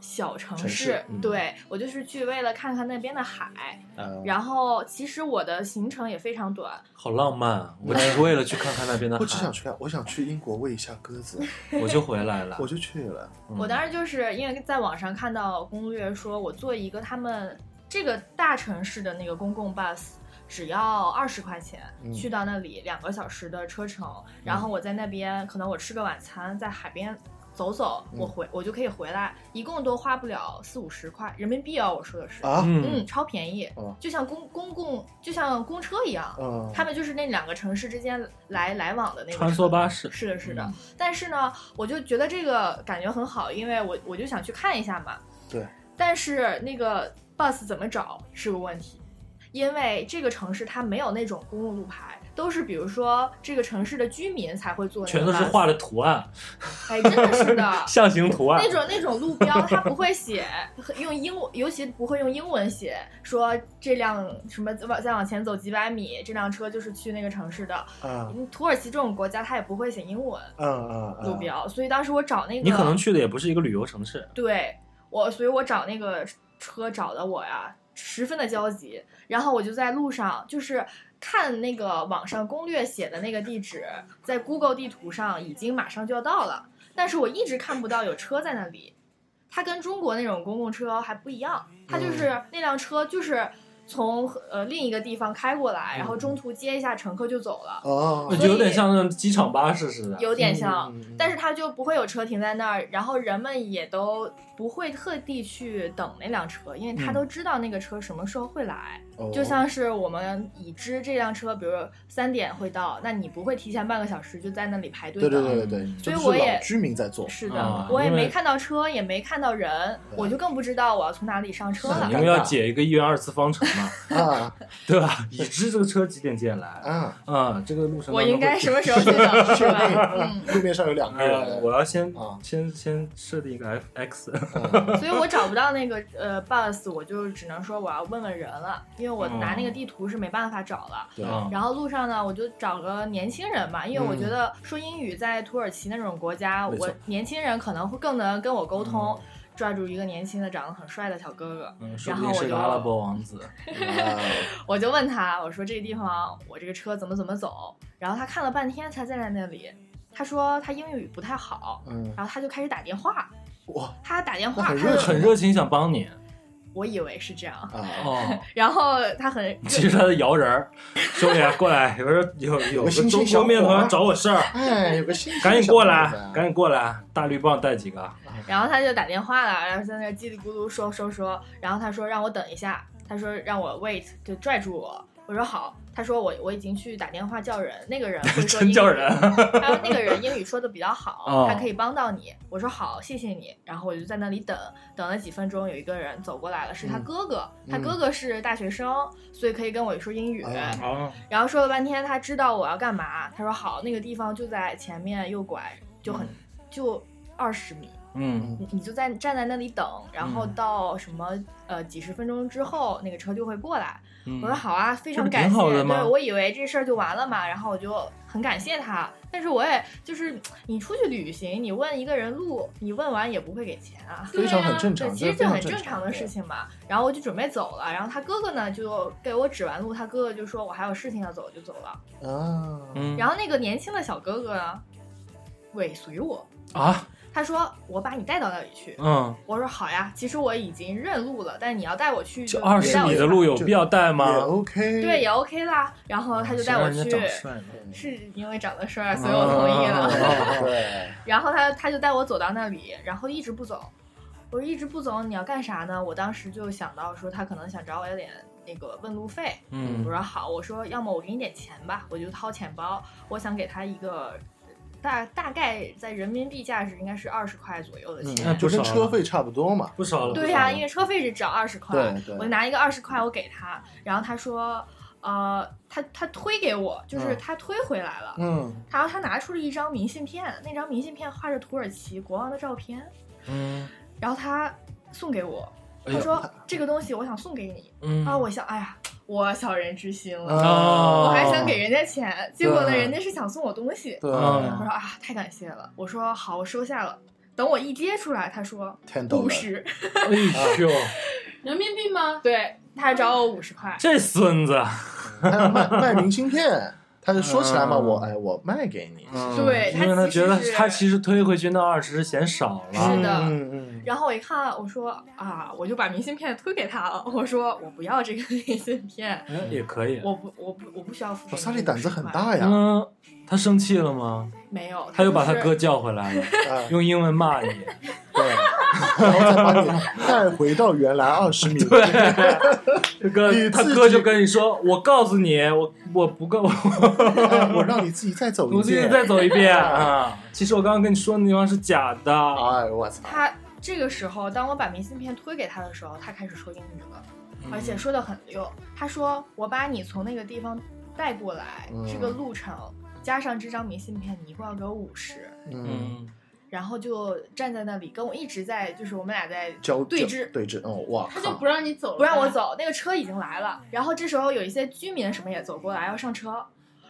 小城市。
城市嗯
对我就是去为了看看那边的海。
嗯
然后其实我的行程也非常短，
好浪漫啊。我只是为了去看看那边的
我只想
海，
去看，我想去英国喂一下鸽 子，
我就回来了
我。就去了，
嗯
我当时就是因为在网上看到攻略说，我做一个他们这个大城市的那个公共 bus，只要二十块钱、
嗯
去到那里两个小时的车程，然后我在那边可能我吃个晚餐，在海边走走，我
嗯
回、我就可以回来，一共都花不了四五十块人民币哦，我说的是，
啊，
嗯
嗯，超便宜，
哦
就像公公共就像公车一样，
嗯，
他们就是那两个城市之间来来往的那个
穿
车
梭巴士，
是的，是的。但是呢，我就觉得这个感觉很好，因为我我就想去看一下嘛。
对。
但是那个 bus 怎么找是个问题，因为这个城市它没有那种公路路牌，都是比如说这个城市的居民才会坐那个
全都是
bus
画的图案，。
哎，真的是的
象形图案
那。种那种路标，它不会写用英文，尤其不会用英文写，说这辆什么往再往前走几百米，这辆车就是去那个城市的。
嗯
土耳其这种国家，它也不会写英文，
嗯嗯嗯，
路标，所以当时我找那个，
你可能去的也不是一个旅游城市，
对我，所以我找那个车找的我呀，十分的焦急。然后我就在路上，就是看那个网上攻略写的那个地址，在 Google 地图上已经马上就要到了，但是我一直看不到有车在那里。它跟中国那种公共车还不一样，它就是、
嗯
那辆车就是从呃另一个地方开过来，然后中途接一下乘客就走了。
哦
那，
所以
就有点像那种机场巴士似的。
有点像，
嗯嗯嗯
但是它就不会有车停在那儿，然后人们也都不会特地去等那辆车，因为他都知道那个车什么时候会来。
嗯哦
就像是我们已知这辆车，比如三点会到，那你不会提前半个小时就在那里排队
对
等。
对对对对，
嗯所以
就
我
是老
也
居民在做，
是的，
啊
我也
因为
没看到车，也没看到人，我
嗯
就更不知道我要从哪里上车了
因。为嗯要解一个一元二次方程 嘛，
啊
对吧？已知这个车几点几点来
啊，
啊？这个路程
我应该什
么？
么时候去等，是吧？ 嗯，
路面上有两个
呃，
人，
我要先
啊
先先设定一个 F X，
嗯
所以我找不到那个呃 bus，我就只能说我要问问人了，因为我拿那个地图是没办法找了。
对，
啊
然后路上呢，我就找个年轻人吧，因为我觉得说英语在土耳其那种国家，
嗯没错
我年轻人可能会更能跟我沟通。抓住一个年轻的、长得很帅的小哥哥，
嗯，说
然
不
后
定
我
是
就
个阿拉伯王子。
啊
我就问他，我说这个地方我这个车怎么怎么走？然后他看了半天，他站在那里，他说他英语不太好，
嗯，
然后他就开始打电话，
哇
他打电话，
那
他
很
就
热情
很热情，想帮 你
我以为是这样，
啊，
哦。
然后他很
其实他在摇人儿，兄弟啊过来，有人有有
个
个
新
中
兴小
国
伙
面团
儿
找我事 儿，
哎，有个新
赶紧过来，赶
紧
紧过来，大绿棒带几个，
然后他就打电话了，然后在那儿叽里咕噜说说说，然后他说让我等一下，他说让我 wait，就拽住我，我说好，他说我我已经去打电话叫人，那个人会说英
真
语，
叫人
他说那 个人英语说的比较好
哦，
他可以帮到你，我说好，谢谢你，然后我就在那里等，等了几分钟，有一个人走过来了，是
嗯
他哥哥，他哥哥是大学生，所以可以跟我说英语，
啊
啊，
然后说了半天，他知道我要干嘛，他说好，那个地方就在前面右拐，就很、就二十米。
嗯，
你你就在站在那里等，然后到什么、呃几十分钟之后，那个车就会过来。
嗯
我说好啊，非
这
常
不
感
挺
谢。
好的吗
对我以为这事儿就完了嘛，然后我就很感谢他。但是我也就是你出去旅行，你问一个人路，你问完也不会给钱啊。
非常很正常
对，，其
这
实
非
这
常
很正常的事。情嘛。然后我就准备走了，然后他哥哥呢就给我指完路，他哥哥就说我还有事情要走，就走了。
对啊，
嗯
然后那个年轻的小哥哥呢尾随我，
啊，
他说我把你带到那里去，
嗯，
我说好呀，其实我已经认路了，但你要带我去
这
就
二
你
十
带我
米
去
的
吧
路有必要带
也
吗？
OK，
对，也 OK 啦。然后他就带我去
啊谁让人，家长帅呢
是因为长得帅，所以我同意
哦
了。
嗯
啊
对，
然后他他就带我走到那里，然后一直不走。我说一直不走，你要干啥呢？我当时就想到说他可能想找我要点那个问路费。我
嗯，
说好，我说要么我给你点钱吧，我就掏钱包，我想给他一个。大大概在人民币价值应该是二十块左右的钱，
那
嗯，就跟车费差不多嘛。
不少了，
对呀、因为车费是只要二十块，
对对
我就拿一个二十块我给他，然后他说，呃，他他推给我，就是
嗯
他推回来了，
嗯，
然后他拿出了一张明信片，那张明信片画着土耳其国王的照片，
嗯
然后他送给我，
哎呀
他说、这个东西我想送给你，
嗯
啊，我想，哎呀，我小人之心
哦
了，
啊
我还想给人家钱，结果呢，
对
人家是想送我东西，
对
我
嗯
说啊，太感谢了，我说好，我收下了，等我一接出来，他说
，ten
五
dollars，
十。
哎呦，
人民币吗？
对他找我五十块，
这孙子，
还有卖卖明信片，他就说起来嘛，
嗯
我哎我卖给你，
嗯
对
因为
他
他
其
觉得
实是
他其实推回去那二十嫌少了，
是的
嗯嗯
然后我一看，我说啊，我就把明信片推给他了。我说我不要这个 明信片，
哎也可以。
我不，我不，我不需要付
嗯，
给
萨
你
利胆子很
50块。
大呀，
嗯，他生气了吗？
没有，
他又把
就
他
是
哥叫回 来了，
哎
用英文骂你。
对， 然后再把你带回到原来二十米，
对，这个
你
他
自己
哥就跟你说：“我告诉你，我我不够，
哎 我让你自己再走
我
一
自己
遍，
再走一 遍啊。”其实我刚刚跟你说的那地方是假的。
哎我操，
他这个时候，当我把明信片推给他的时候，他开始说英语了，而
嗯
且说的很溜。他说：“我把你从那个地方带过来，
嗯
这个路程加上这张明信片，你一共要给我五十。”
嗯，
嗯，
然后就站在那里跟我一直在，就是我们俩在
交
对峙，
对峙，嗯，哇
他就
靠
不，让你走了，
不让我。走，那个车已经来了。然后这时候有一些居民什么也走过来要上车，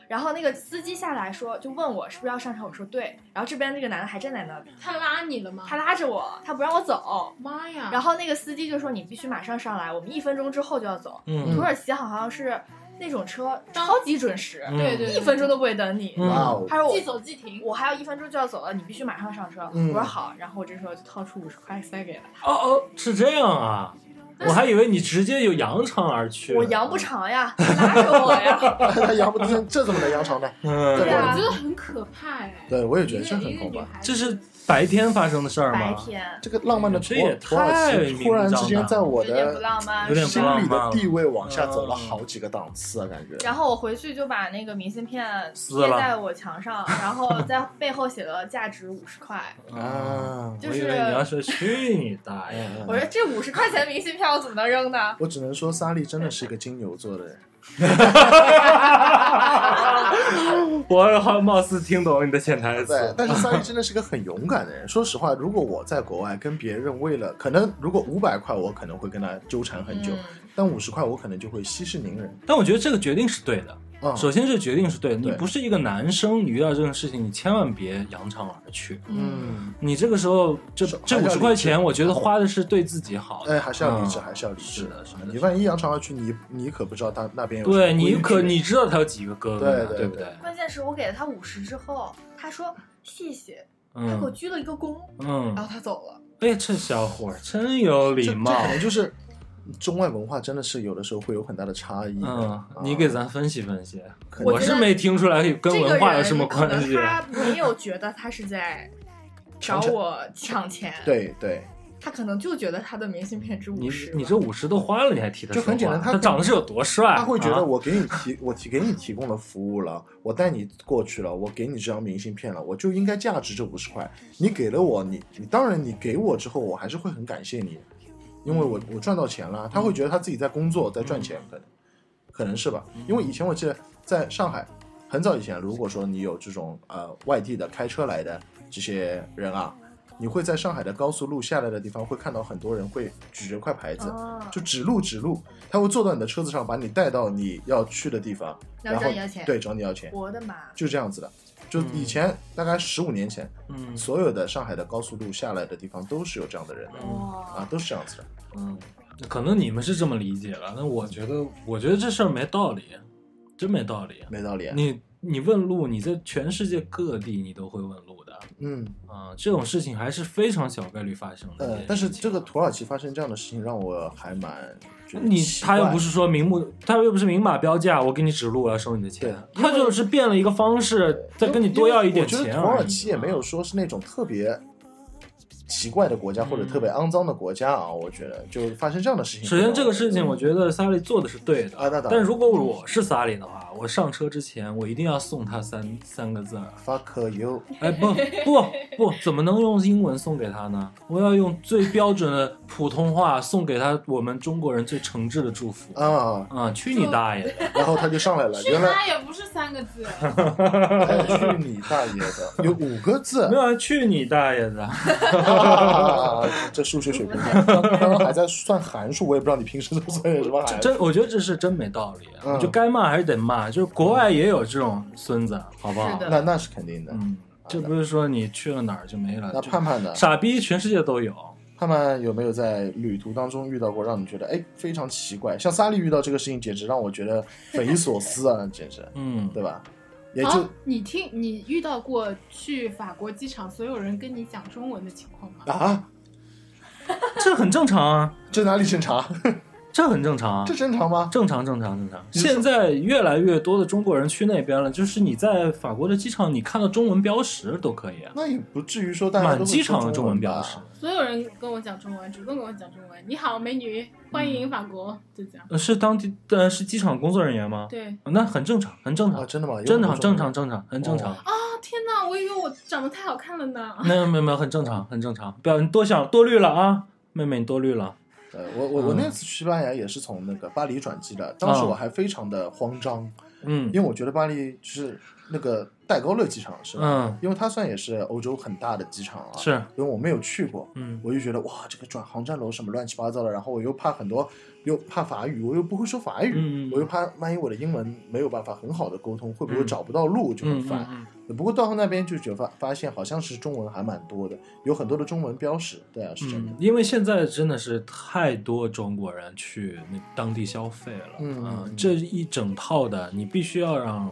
然后那个司机下来说，就问我是不是要上车，我说对。然后这边这个男的还站在那里，
他拉你了吗？
他拉着我，他不让我走。
妈呀！
然后那个司机就说你必须马上上来，我们一分钟之后就要走。
嗯
土耳其好像是那种车超级准时，
嗯
对对，对
一分钟都不会等你。
嗯
哇哦，
他说
即
我
走即停。
我还有一分钟就要走了，你必须马上上车。
嗯
我说好，然后我这时候就掏出五十块塞给了他，
哦哦，是这样啊，我还以为你直接就扬长而去。
我扬不长呀，拉着我呀。
他扬不这这怎么能扬长呢？
嗯，
对啊
我觉得很可怕哎。
对我也
一
觉
个，
得这很
一个
恐
女
怖。
孩
这
子
是白天发生的事儿吗？
白天
这个浪漫的土
这也
土耳
太
其突然之
明目张
间
胆
在我
有点不
的
浪漫，
有点不
心
浪漫嗯
里的地位往下走了好几个档次啊，感觉。
然后我回去就把那个明信片
撕了
贴在我 墙上，然后在背后写了价值五十块。
啊，
啊，
就
我以
是
为你要说去你大爷！
嗯
我说这五十块钱明信片我怎么能扔呢？
我只能说，萨利真的是一个金牛座 的人。
我好貌似听懂你的潜台
对
词，。
但是萨利真的是个很勇敢的人。说实话，如果我在国外跟别人为了可能，如果五百块，我可能会跟他纠缠很久；
嗯
但五十块，我可能就会息事宁人。
但我觉得这个决定是对的。
嗯，
首先，这个决定是对的。你
对
不是一个男生，你遇到这种事情，你千万别扬长而去。
嗯，
你这个时候，这
是
这
还是
五
要
十
理
块
智
钱，我觉得花的是对自己好的。
哎，还是要理智，
嗯
还是要理智。
是的是的
你万一扬长而去，你你可不知道他那边有什
对
么
你
规
可
矩
你知道他有几个哥哥呢，
对对
不对？
关键是我给了他五十之后，他说谢谢，他哎给我
嗯
鞠了一个躬，然
嗯，
后他走了。
哎，这小伙儿真有
这
礼
这
貌。
可能就是中外文化真的是有的时候会有很大的差异的。
嗯
啊，
你给咱分析分析，
可能
我
觉
是
得
没听出来跟
这个
文化有
人
什么
可
关
能
系。啊
他没有觉得他是在找我抢钱，
对对，
他可能就觉得他的明信片值
你
五十。
你这五十都花了，你还替他
就
说话？
很简单他
他长得是有多帅？
他会觉得
啊
我给你提，我提给你提供了服务了，我带你过去了，我给你这张明信片了，我就应该价值这五十块。你给了我，你你当然你给我之后，我还是会很感谢你，因为我我赚到钱了。他会觉得他自己在工作，在赚钱，可能可能是吧？因为以前我记得在上海，很早以前，如果说你有这种呃外地的开车来的这些人啊。你会在上海的高速路下来的地方，会看到很多人会举着块牌子，
嗯
哦
就指路指路，他会坐到你的车子上，把你带到你要去的地方，然
然后
后
找你要钱
对，找你要钱，
我的妈！
就这样子的。就以前大概十五年前，
嗯
所有的上海的高速路下来的地方都是有这样的人的
哇
啊，，都是这样子的。
嗯，可能你们是这么理解了，那我觉得，我觉得这事儿没道理，真没道理。
没道理啊，
你你问路，你在全世界各地你都会问路的
嗯
啊、这种事情还是非常小概率发生的。
呃，但是这个土耳其发生这样的事情，让我还蛮觉得
你
奇
他又
怪
不是说明目，他又不是明码标价，我给你指路，我要收你的钱，他就是变了一个方式，再跟你多要一点
因为
钱
我觉得土
而
耳
已。
其也没有说是那种特别奇怪的国家或者特别肮脏的国家啊，我觉得就发生这样的事
嗯
情。嗯
首先，这个事情我觉得萨利做的是对的
啊那当然
但如果我是萨利的话，我上车之前我一定要送他三三个字儿，
fuck you，
哎，不不不，怎么能用英文送给他呢？我要用最标准的普通话送给他，我们中国人最诚挚的祝福。
啊，
啊、去你大爷的！
然后他就上来了，
去
原来
他也不是三个字，
哎去你大爷 的！有五个字
没，有啊，去你大爷的！
啊 这数学水平，刚刚还在算函数，我也不知道你平时都算什么函数。
真，我觉得这是真没道理。
嗯
我觉得该骂还是得骂，就是国外也有这种孙子，好不好？
是的
那那是肯定的。
嗯，这不是说你去了哪儿就没了，
那
就
盼盼呢？
傻逼全世界都有。
盼盼有没有在旅途当中遇到过让你觉得哎非常奇怪？像萨利遇到这个事情，简直让我觉得匪夷所思啊，简直，
嗯，
对吧？也就、
啊，你听，你遇到过去法国机场所有人跟你讲中文的情况吗？
啊，
这很正常啊，
这哪里正常？
这很正常啊
这，正常吗？
正常正常正常。
你说
现在越来越多的中国人去那边了，就是你在法国的机场，你看到中文标识都可以啊，
那也不至于说大家都
满
会
机
说
场的中文
文吧
标识。
所有人跟我讲中文，主动跟我讲中文。你好，美女，欢
嗯
迎法国，就这样。
呃是当地呃是机场工作人员吗？
对
啊那很正常，很正
啊，
常，
真的吗？有
正
很多
常
中
正
文
常正常，很正常。
哦
啊，天哪，我以为我长得太好看了呢。
那 没有没有，很正常，很正常。不要你多想多虑了啊，妹妹你多虑了。
呃，我我
嗯
我那次去西班牙也是从那个巴黎转机的，当时我还非常的慌张，
嗯
因为我觉得巴黎就是那个戴高乐机场是吧？
嗯，
因为它算也是欧洲很大的机场啊，
是，
因为我没有去过，
嗯
我就觉得哇，这个转航站楼什么乱七八糟的，然后我又怕很多，又怕法语，我又不会说法语，
嗯嗯嗯
我又怕万一我的英文没有办法很好的沟通，会不会
嗯
找不到路，就很
嗯
烦。
嗯
不过到那边就觉得发发现好像是中文还蛮多的，有很多的中文标识，对啊，是真的
嗯，。因为现在真的是太多中国人去那当地消费了，
嗯
啊
嗯
这一整套的你必须要让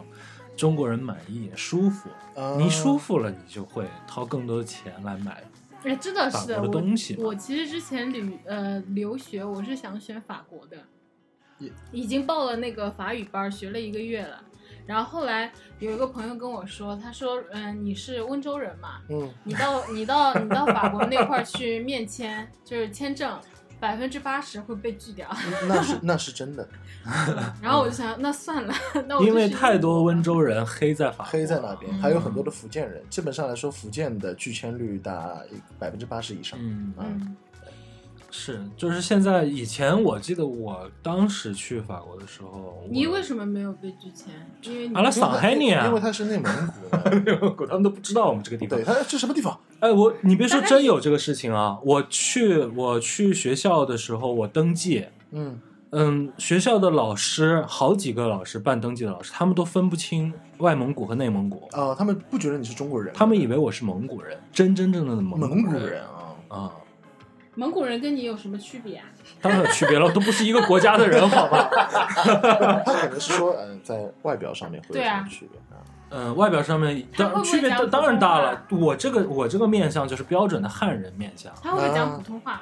中国人满意舒服，
啊
你舒服了，你就会掏更多的钱来买。
哎，真的是
法国的
我
东西嘛
我其实之前旅呃留学，我是想选法国的
也，
已经报了那个法语班儿，学了一个月了。然后后来有一个朋友跟我说，他说：“嗯、你是温州人嘛？
嗯，
你到 你到你到法国那块儿去面签，就是签证，百分之八十会被 拒掉。
那是那是真的，”
然后我就想，那算了，那我就
因为
去
太多温
英
州人黑在法国，
哦黑在那边，还有很多的福建人。基本上来说，福建的拒签率达百分之八十以上。啊
嗯
国，嗯，
是，就是现在以前我记得我当时去法国的时候，
你
我
为什么没有被拒签？因为你
阿拉
因为
上海人
它因为
啊，
他是内蒙古 的，
他们都不知道我们这个地方
对，。他这什么地方？
哎，我你别说，真有这个事情啊！我去我去学校的时候，我登记，
嗯，
嗯，学校的老师好几个老师办登记的老师，他们都分不清外蒙古和内蒙古，
啊，他们不觉得你是中国人，
他们以为我是蒙古人，真真正正的蒙
蒙古
人
人啊。
啊、
蒙古人跟你有什么区别啊？
当然有区别了，都不是一个国家的人，好吧？
他可能是说，嗯，在外表上面会有
对
什
啊
么区别啊？
嗯，外表上面
他会
当
不会
区别
讲
当
普
当然
通
大
话
了。我这个我这个面相就是标准的汉人面相，
他会不会
啊
讲普通话？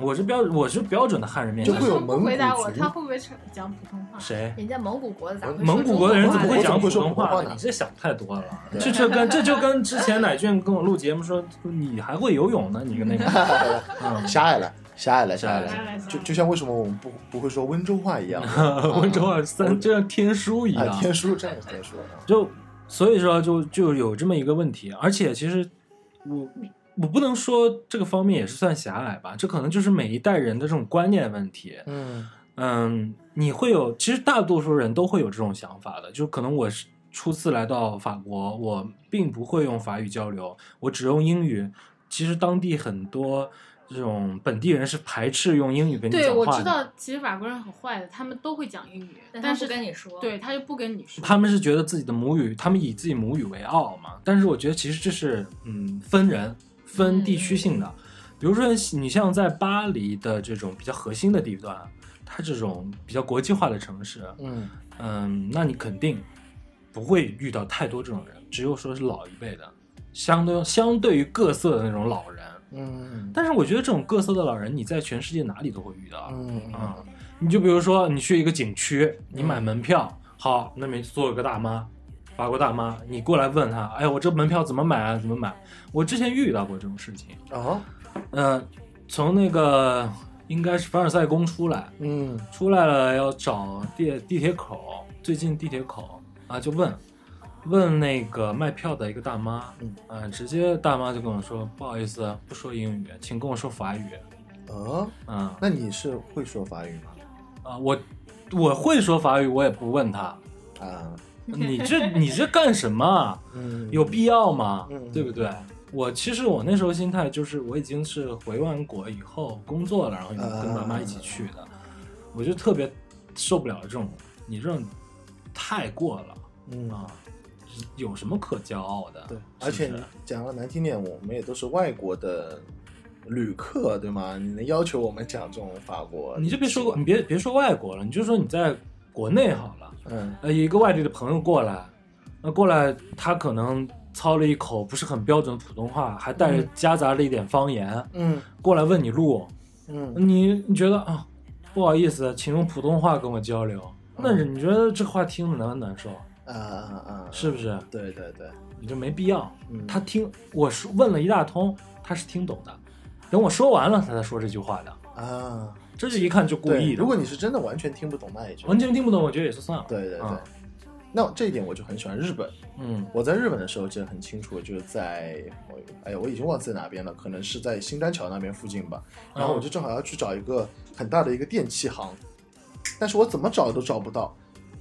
我是标我是标准的汉人面
就
相
为
会。有
什么不
蒙
回答
古
我，
族
他会不会讲讲普通话？
谁？
人家蒙古国的咋会说
蒙古国的人
中
怎
国
么
话
会
呢
讲普
我怎么会说
通
普通
话
话
呢
呢？
你这想太多了，
对
这就跟这就跟之前奶俊跟我录节目说你还会游泳呢，你跟那个，嗯，
狭隘了，狭隘了，狭隘
狭隘
了。
了
就就像为什么我们不不会说温州话一样， 啊
温州啊三就像天书 一
啊，
样，
天书这样的天书啊。
就所以说就就有这么一个问题，而且其实我我不能说这个方面也是算狭隘吧，这可能就是每一代人的这种观念问题，
嗯
嗯，你会有，其实大多数人都会有这种想法的，就是可能我是初次来到法国，我并不会用法语交流，我只用英语。其实当地很多这种本地人是排斥用英语跟你讲
对，
话
我
的，
知道，其实法国人很坏的，他们都会讲英语，
但
但
是
是
跟你说，，
对他就不跟你说。
他们是觉得自己的母语，他们以自己母语为傲嘛。但是我觉得其实这是嗯分人、分地区性的。比如说你像在巴黎的这种比较核心的地段，它这种比较国际化的城市，
嗯，
嗯，那你肯定不会遇到太多这种人，只有说是老一辈的，相对相对于各色的那种老人。
嗯
但是我觉得这种各色的老人，你在全世界哪里都会遇到。
嗯
啊、你就比如说你去一个景区，你买门票，好，那边坐有个大妈，法国大妈，你过来问她，哎，我这门票怎么买啊？怎么买？我之前遇到过这种事情。
啊，
嗯、从那个应该是凡尔赛宫出来，
嗯
出来了要找地地铁口，最近地铁口啊，就问问那个卖票的一个大妈，
嗯
嗯、直接大妈就跟我说，不好意思，不说英语，请跟我说法语，
啊，
嗯啊、
那你是会说法语吗？
我我会说法语，我也不问他，
啊，
你这你这干什么啊？
嗯
有必要吗
嗯？
对不对？我其实我那时候心态就是，我已经是回完国以后工作了，然后
啊
跟爸妈一起去的，我就特别受不了这种，你这种太过了
嗯，
啊，有什么可骄傲的？
对，
是不是啊
而且你讲了难听点，我们也都是外国的旅客，对吗？你能要求我们讲这种法国？
你就别说，你别别说外国了，你就说你在国内好了。
嗯
呃，有一个外地的朋友过来，那过来他可能操了一口不是很标准的普通话，还带着夹杂了一点方言，
嗯
过来问你路，
嗯
你你觉得啊，不好意思，请用普通话跟我交流。那
嗯
你觉得这话听着难不难受？
啊啊啊！
是不是？
对对对，
你就没必要。
嗯
他听我说问了一大通，他是听懂的，等我说完了，他才说这句话的。
啊，
这就一看就故
对
意的。
如果你是真的完全听不懂，那也就
完全听不懂，我觉得也就算了。
对对对
啊。
那这一点我就很喜欢日本。
嗯
我在日本的时候记得很清楚，就是在我哎呀，我已经忘记在哪边了，可能是在新丹桥那边附近吧。然后我就
嗯
正好要去找一个很大的一个电器行，但是我怎么找都找不到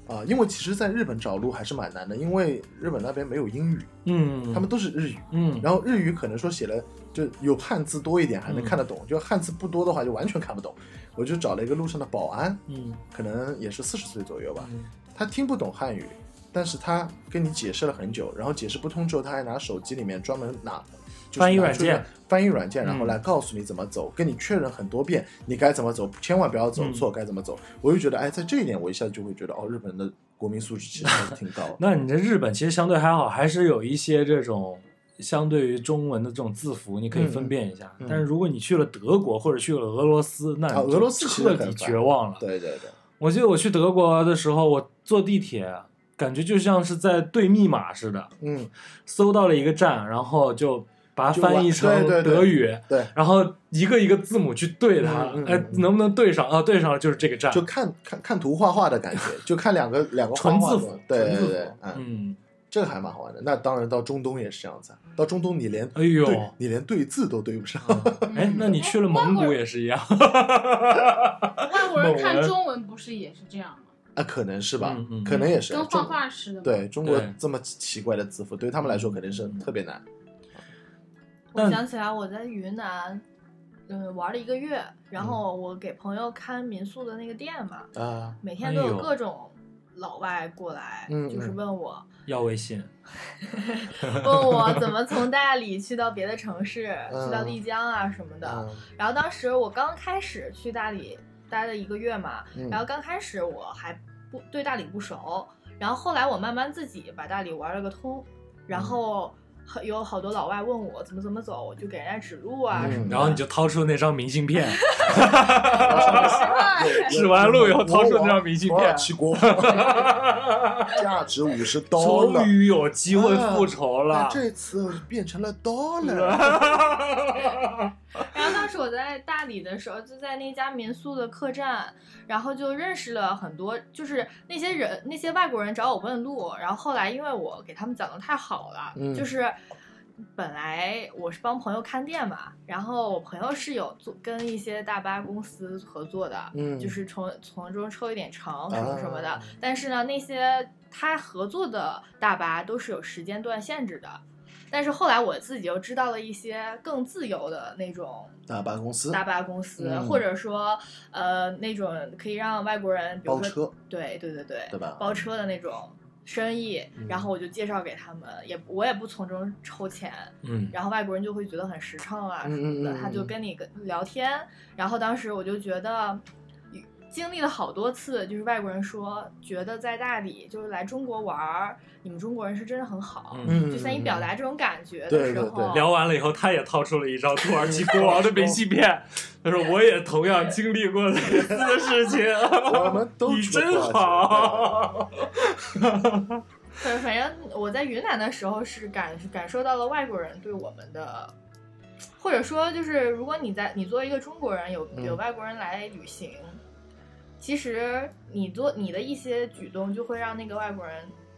啊、因为其实在日本找路还是蛮难的，因为日本那边没有英语，
嗯，
他们都是日语。
嗯
然后日语可能说写了就有汉字多一点还能看得
嗯
懂，就汉字不多的话就完全看不懂。我就找了一个路上的保安，
嗯
可能也是四十岁左右吧
嗯，
他听不懂汉语，但是他跟你解释了很久，然后解释不通之后，他还拿手机里面专门拿。就是
翻译
拿出一个
软件，
翻译软件，然后
嗯。
来告诉你怎么走，跟你确认很多遍你该怎么走，千万不要走错该怎么走。我就觉得，哎，在这一点，我一下就会觉得，哦，日本人的国民素质其实还是挺高的
那你这日本其实相对还好，还是有一些这种相对于中文的这种字符，你可以分辨一下。
嗯嗯
但是如果你去了德国或者去了俄罗斯，那你
啊
就
俄罗斯其
彻
实很
底
烦
绝望了。
对对对，
我记得我去德国的时候，我坐地铁，感觉就像是在对密码似的，
嗯，
搜到了一个站，然后就把它
就完
翻译成
对对对
德语，
对，
然后一个一个字母去对它，
嗯嗯嗯
哎，能不能对上啊？对上了就是这个站，
就看看看图画画的 感觉，就看两个两个画
纯
画
字
的
符，
对
纯
对
字
对
符，，
嗯，
嗯，
这个还蛮好玩的。那当然到中东也是这样子啊，到中东你连
哎呦，
对你连对字都对不上，
哎，那你去了蒙古也是一样，
外国人看中文不是也是这样吗？
啊，可能是吧
嗯嗯，
可能也是
跟
中
画画似的吗。
对中国
对
这么奇怪的字符，对他们来说肯定是特别难。
我
但
想起来我在云南，嗯，玩了一个月，然后我给朋友看民宿的那个店嘛，
啊，
每天都
哎呦
有各种老外过来，
嗯
就是
嗯
问我
要微信，
问我怎么从大理去到别的城市，
嗯
去到丽江啊什么的。
嗯
然后当时我刚开始去大理待了一个月嘛，
嗯
然后刚开始我还不对大理不熟，然后后来我慢慢自己把大理玩了个通，然后很有好多老外问我怎么怎么走，我就给人家指路啊
嗯
什么的。
然后你就掏出那张明信片，
有
指完路以后
有
掏出
国
那
王
张明信
土耳
片，
其国王 价值五十刀了
终，于有机会复仇了
那，这次我就变成了 dollar，
然后当时我在大理的时候，就在那家民宿的客栈，然后就认识了很多，就是那些人那些外国人找我问路，然后后来因为我给他们讲的太好了，
嗯
就是。本来我是帮朋友看店嘛，然后我朋友是有做跟一些大巴公司合作的，
嗯
就是从从中抽一点成什么什么的。
啊
但是呢，那些他合作的大巴都是有时间段限制的，但是后来我自己又知道了一些更自由的那种
大巴公司
大巴公司，
嗯
或者说呃那种可以让外国人，比
包
如说
车，
对对对对，
对吧？
包车的那种生意，
嗯
然后我就介绍给他们，也我也不从中抽钱，
嗯，
然后外国人就会觉得很实诚啊
嗯
什么
嗯
的，
嗯
他就
嗯
跟你跟聊天，然后当时我就觉得。经历了好多次，就是外国人说，觉得在大理就是来中国玩儿，你们中国人是真的很好，
嗯
嗯，
就在你表达这种感觉的
对
时
对
候，
对
哦
聊完了以后，他也掏出了一张土耳其国王的明信 片，他说：“我也同样经历过类似的事情，
我们都
你
出了
真
土耳
好。
对，反正我在云南的时候是感感受到了外国人对我们的，或者说就是如果你在你作为一个中国人有
嗯
有外国人来旅行，其实你做你的一些举动就会让那个外国人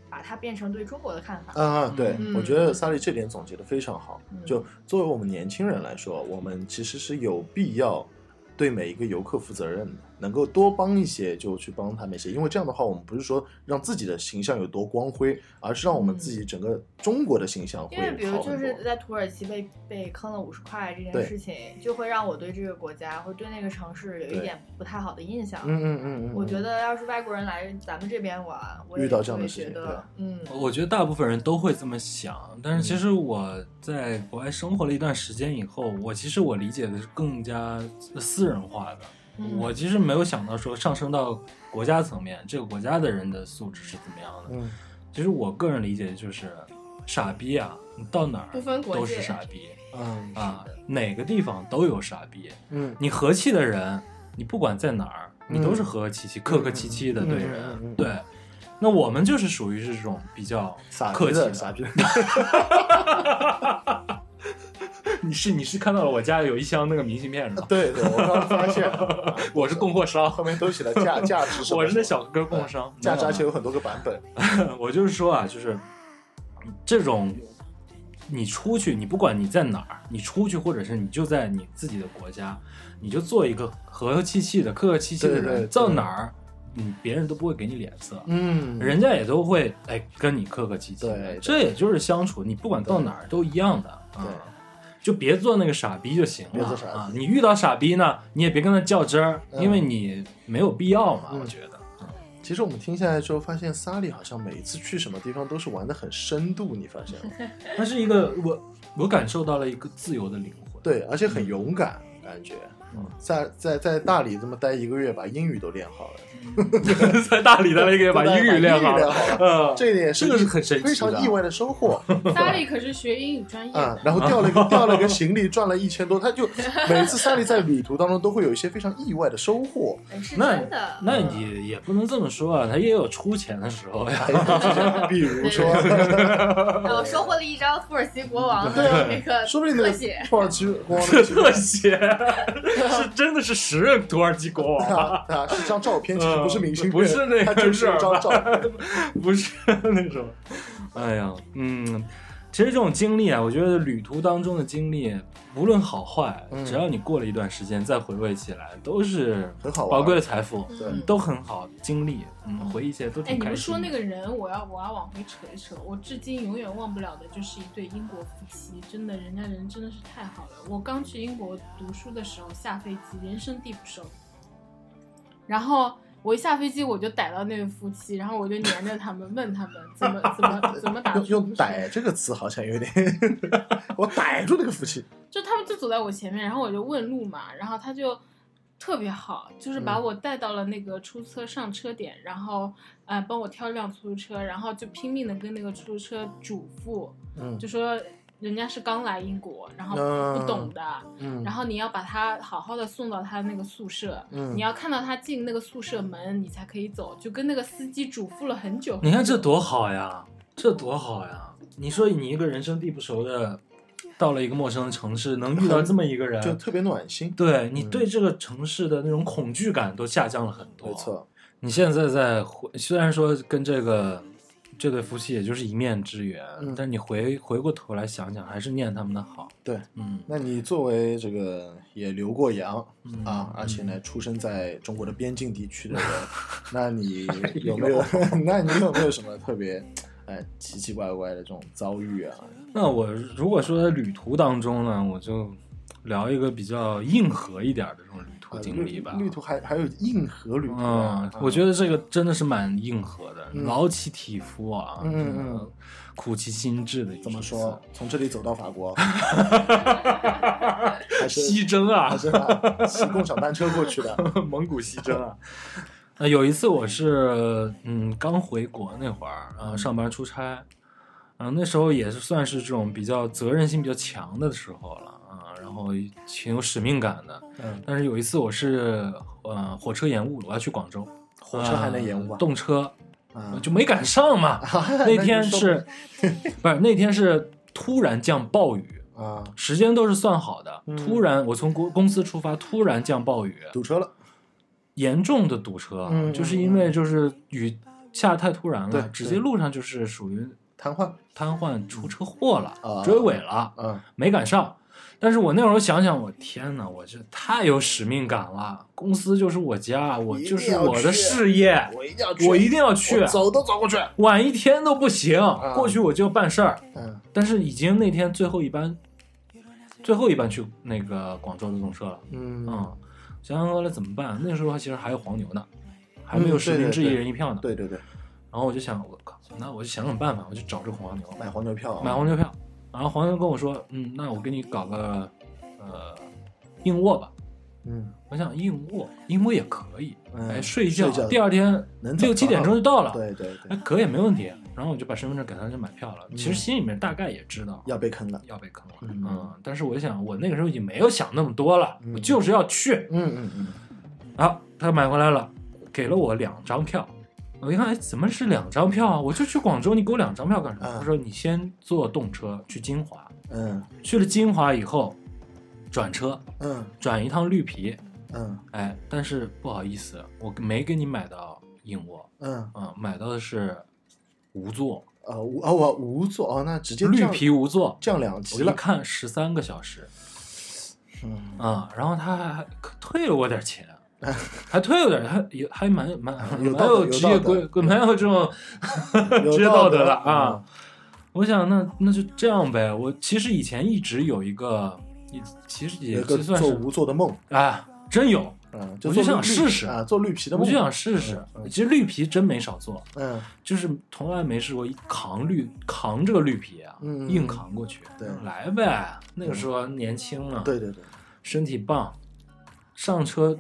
把它变成对中国的看法。
其啊，对，
嗯
我觉得萨利这点总结的非常好。
嗯
就作为我们年轻人来说，我们其实是有必要对每一个游客负责任的，能够多帮一些就去帮他们一些，因为这样的话，我们不是说让自己的形象有多光辉，而是让我们
嗯
自己整个中国的形象会
因为比如
好
就
很
是
多。
在土耳其被被坑了五十块这
对
件事情，就会让我对这个国家或者对那个城市有
对
一点不太好的印象。
嗯嗯嗯嗯，
我觉得要是外国人来咱们这边玩，我也
遇到这样的
会
事情
觉
对
得嗯，
我觉得大部分人都会这么想，但是其实我在国外生活了一段时间以后，我其实我理解的是更加私人化的。
嗯
我其实没有想到说上升到国家层面，这个国家的人的素质是怎么样的。
嗯
其实我个人理解就是，傻逼啊，你到哪
不
儿
分国
都
界
是，傻逼
嗯
啊，哪个地方都有傻逼。
嗯，
你和气的人，你不管在哪儿，你都是和和气气、客客气气的对人。
嗯嗯嗯
对，那我们就是属于是这种比较
傻逼
客气啊
的傻逼的，
你是你是看到了我家有一箱那个明信片 是吧？
对对，我刚发现，啊
我是供货商，
后面都写了价价值什么，
我是那小哥供货商，
价值，
你
而且
知道
有很多个版本，
吗我就是说啊，就是这种。你出去，你不管你在哪儿，你出去或者是你就在你自己的国家，你就做一个和和气气的、客客气气的人，
对对对
到哪儿，你别人都不会给你脸色。
嗯
人家也都会哎跟你客客气气的，
对对
这也就是相处，你不管到哪儿都一样的，啊
对
就别做那个傻逼就行
别
了
做傻逼
啊！你遇到傻逼呢，你也别跟他较真儿，
嗯
因为你没有必要嘛，
嗯
我觉得。
其实我们听下来之后，发现萨利好像每一次去什么地方都是玩的很深度，你发现 吗？
他是一个我我感受到了一个自由的灵魂，
对，而且很勇敢，感觉
嗯。
在在在大理这么待一个月，把英语都练好了，
对， 在大理的那 个也把
对
英语练好
把英语练
了，
好了，
嗯，
这一点
这个是很神奇的
非常意外的 收获
萨利可是学英语专业
啊
的。！
然后掉了一个掉了个行李，赚了一千多，他就每次萨利在旅途当中都会有一些非常意外的 收获。
哎是
那
真的。
那你也不能这么说啊，他也有出钱的时候
哎
呀。
比如说，
呃我收获了一张土耳其国王
对
的
啊
那 个
说不定那
特
个
写，
土耳其光
特写是真的是时任土耳其国王，
啊啊，是张照片，其实不是明星，
嗯不是那
他
个
就是一张照片。
不是那种。哎呀，嗯，其实这种经历啊，我觉得旅途当中的经历，无论好坏，
嗯
只要你过了一段时间再回味起来，都是
很好玩
宝贵的财富，
对
嗯
都很好经历，嗯，回忆起来都
哎，
挺
你
开
们
心
说
的。
那个人，我要我要往回扯一扯。我至今永远忘不了的就是一对英国夫妻，真的，人家人真的是太好了。我刚去英国读书的时候，下飞机人生地不熟，然后我一下飞机我就逮到那对夫妻，然后我就黏着他们问他们怎么怎么怎么打
用
出
用“
不是
逮”这个词好像有 点，我逮住那个夫妻，
就他们就走在我前面，然后我就问路嘛，然后他就特别好，就是把
嗯
我带到了那个出租车上车点，然后呃帮我挑一辆出租车，然后就拼命的跟那个出租车嘱咐，
嗯
就说人家是刚来英国，然后
嗯
不懂的，
嗯
然后你要把他好好的送到他那个宿舍，
嗯
你要看到他进那个宿舍门，你才可以走，就跟那个司机嘱咐了很久。
你看这多好呀，这多好呀！你说你一个人生地不熟的，到了一个陌生的城市，能遇到这么一个
就
人，
特别暖心。
对你对这个城市的那种恐惧感都下降了很多。
没错，
你现在在回，虽然说跟这个这对夫妻也就是一面之缘，
嗯
但你回回过头来想想，还是念他们的好。
对。
嗯，
那你作为这个也留过洋、
嗯
啊，而且呢出生在中国的边境地 区的人，那 你有没有？那你有没有什么特别哎奇奇怪怪的这种遭遇啊？
那我如果说在旅途当中呢，我就聊一个比较硬核一点的这种旅途经历吧。
啊旅旅途还还有硬核旅途啊、
嗯，我觉得这个真的是蛮硬核的，
嗯
劳其体肤啊，
嗯嗯
真的苦其心志的一
怎么
次
说？从这里走到 法国，还是
西征啊，
还是 啊骑共享单车过 去的。
蒙古西征啊。呃，有一次我是嗯刚回国那会儿，然后上班出差，嗯、那时候也是算是这种比较责任心比较强的时候了啊、然后挺有使命感的。
嗯，
但是有一次我是呃火车延误了，我要去广州，
火车还能延误啊
呃动车
啊
就没赶上嘛。 那天
就说
是不是那天是突然降暴雨，
啊，
时间都是算好的，
嗯
突然我从公公司出发，突然降暴雨，
堵车了。
严重的堵车，啊
嗯
就是因为就是雨下太突然
对
了，直接路上就是属于
瘫痪，
瘫痪出车祸了，
啊
追尾了，
嗯，
没赶上。但是我那时候想想，我天哪，我这太有使命感了！公司就是我家，我
一定
就是
要
我的
去
事业，
我一定要去，
哎我一定要去啊
我，走啊都走过去。
晚一天都不行，过去我就要办事儿。
嗯，
但是已经那天最后一班，最后一班去那个广州的动车了。
嗯，
嗯，想想后来怎么办？那时候其实还有黄牛呢，还没有实名制一人一票呢。
嗯对对对，
然后我就想，我靠，那我就想想办法，我就找这个黄牛，
买黄牛票啊，
买黄牛票。然后黄牛跟我说，嗯，那我给你搞个呃硬卧吧。
嗯，
我想硬卧，硬卧也可以，
嗯
哎，睡一觉，
睡觉
第二天
能早
六七点钟就到了，
对对
哎，
对，
可以没问题。然后我就把身份证给他就买票了。其实心里面大概也知道
嗯要被坑了。
要被坑了，
嗯
嗯，但是我想我那个时候已经没有想那么多了，我就是要去
嗯嗯嗯，
啊。他买回来了，给了我两张票。我一看，哎，怎么是两张票啊？我就去广州，你给我两张票干什么？
嗯
他说你先坐动车去金华，
嗯
去了金华以后，转车
嗯
转一趟绿皮，
嗯
哎，但是不好意思，我没给你买到硬卧，
嗯，
嗯，买到的是无座，
呃，无哦我无座哦，那直接
绿
降
皮无座。
降两
我
级
一
了。
看十三个小时，
嗯
啊、然后他还退了我点钱，还退了我点儿，还也还蛮蛮
有
蛮
道德有
职
道
业
德
规 规，蛮有这种
有
职业
道嗯
道
德
德了啊。我想那那就这样呗。我其实以前一直有一个，也其实
有
也
一个
就算
做
是
无座的梦，
啊，真有，
嗯，
我
做
就想
绿
试试
啊，做绿皮的
我
梦。
就想试试。
嗯嗯
其实绿皮真没少做，
嗯，
就是从来没试过一扛绿扛这个绿皮啊，
嗯嗯
硬扛过去，
对嗯
来呗。那个时候年轻嘛，
对对对，
身体棒。上车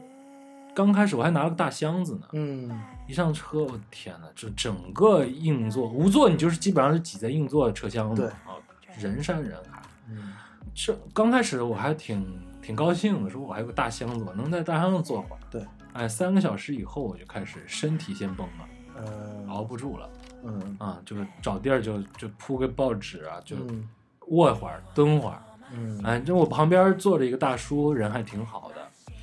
刚开始我还拿了个大箱子呢，
嗯
一上车，我天哪，就整个硬座无座，你就是基本上是挤在硬座车厢里
对
啊，人山人海。
嗯
这刚开始我还挺挺高兴的，说我还有个大箱子，我能在大箱子坐会儿。
对，
哎，三个小时以后我就开始身体先崩了，
呃
熬不住了
嗯
啊，就是找地儿就就铺个报纸啊，就
嗯
卧一会儿，蹲会儿。
嗯
哎，这我旁边坐着一个大叔，人还挺好的，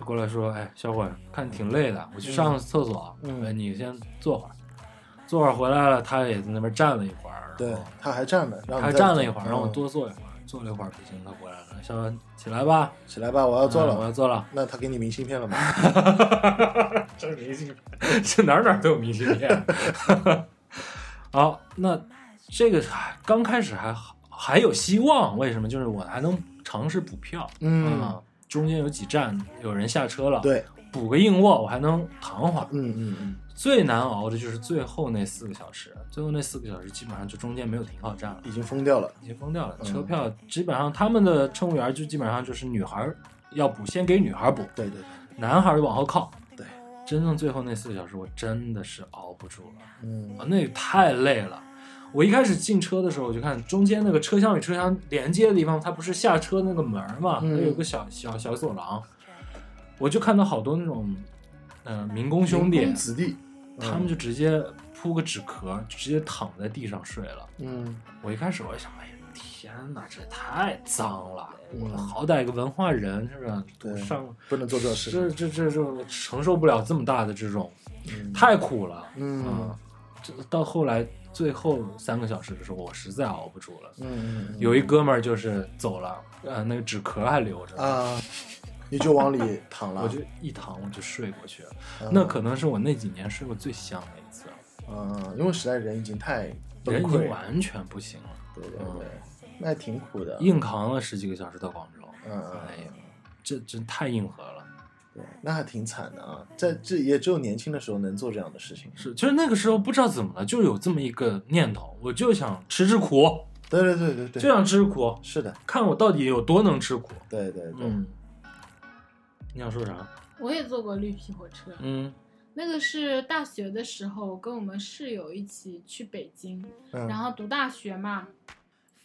就过来说：“哎，小伙，看你挺累的，我去上个厕所，
嗯
哎，你先坐会儿。”坐会儿回来了，他也在那边站了一会儿，
对
然后，
他还站呢，让
他还
你再
站了一会儿，
嗯
让我多坐一会儿，坐了一会儿不行，他回来了，小伙起来吧，
起来吧，我要
嗯
做
我
了。
要坐了，
那他给你明信片了吗？
这明信片， 这哪儿哪儿都有明信片。 好，那这个还刚开始还好，还有希望，为什么？就是我还能尝试补票，
嗯
啊，，中间有几站有人下车了，，
对，
补个硬卧我还能躺会儿。
嗯嗯嗯，
最难熬的就是最后那四个小时，最后那四个小时基本上就中间没有停靠站了，
已经疯掉了。
已经封掉了。车
嗯
票基本上他们的乘务员就基本上就是女孩儿要补，先给女孩儿补，
对对对，
男孩儿就往后靠。
对，
真正最后那四个小时我真的是熬不住了。
嗯
啊，那也太累了。我一开始进车的时候，我就看中间那个车厢与车厢连接的地方，它不是下车那个门儿嘛，它
嗯
有个小小小走廊，我就看到好多那种，呃，民工兄
民
弟
工，子弟，
他们就直接铺个纸壳，直接躺在地上睡了。
嗯
我一开始我就想，哎呀，天哪，这也太脏了！我
嗯
好歹一个文化人是吧？
对
上
不能做这事。
这这这这我承受不了这么大的这种，
嗯
太苦了。
嗯
啊，这到后来最后三个小时的时候，我实在熬不住了。
嗯嗯
有一哥们儿就是走了，呃，那个纸壳还留着，
啊，你就往里躺了。
我就一躺我就睡过去了。
嗯
那可能是我那几年睡过最香的一次了，
嗯，因为实在人已经太崩
人已
溃
经嗯
了，
完全不行了，
对对对，那还挺苦的。
硬扛了十几个小时到广州，
嗯嗯
哎呀，这真太硬核了。
对，那还挺惨的啊，在这也只有年轻的时候能做这样的事情。
是，就是那个时候不知道怎么了，就有这么一个念头，我就想吃吃苦，
对对对对对，
就想吃吃苦，
是的，
看我到底有多能吃苦。
对对对，
嗯，你想说啥？
我也坐过绿皮火车，
嗯，
那个是大学的时候跟我们室友一起去北京，
嗯
然后读大学嘛，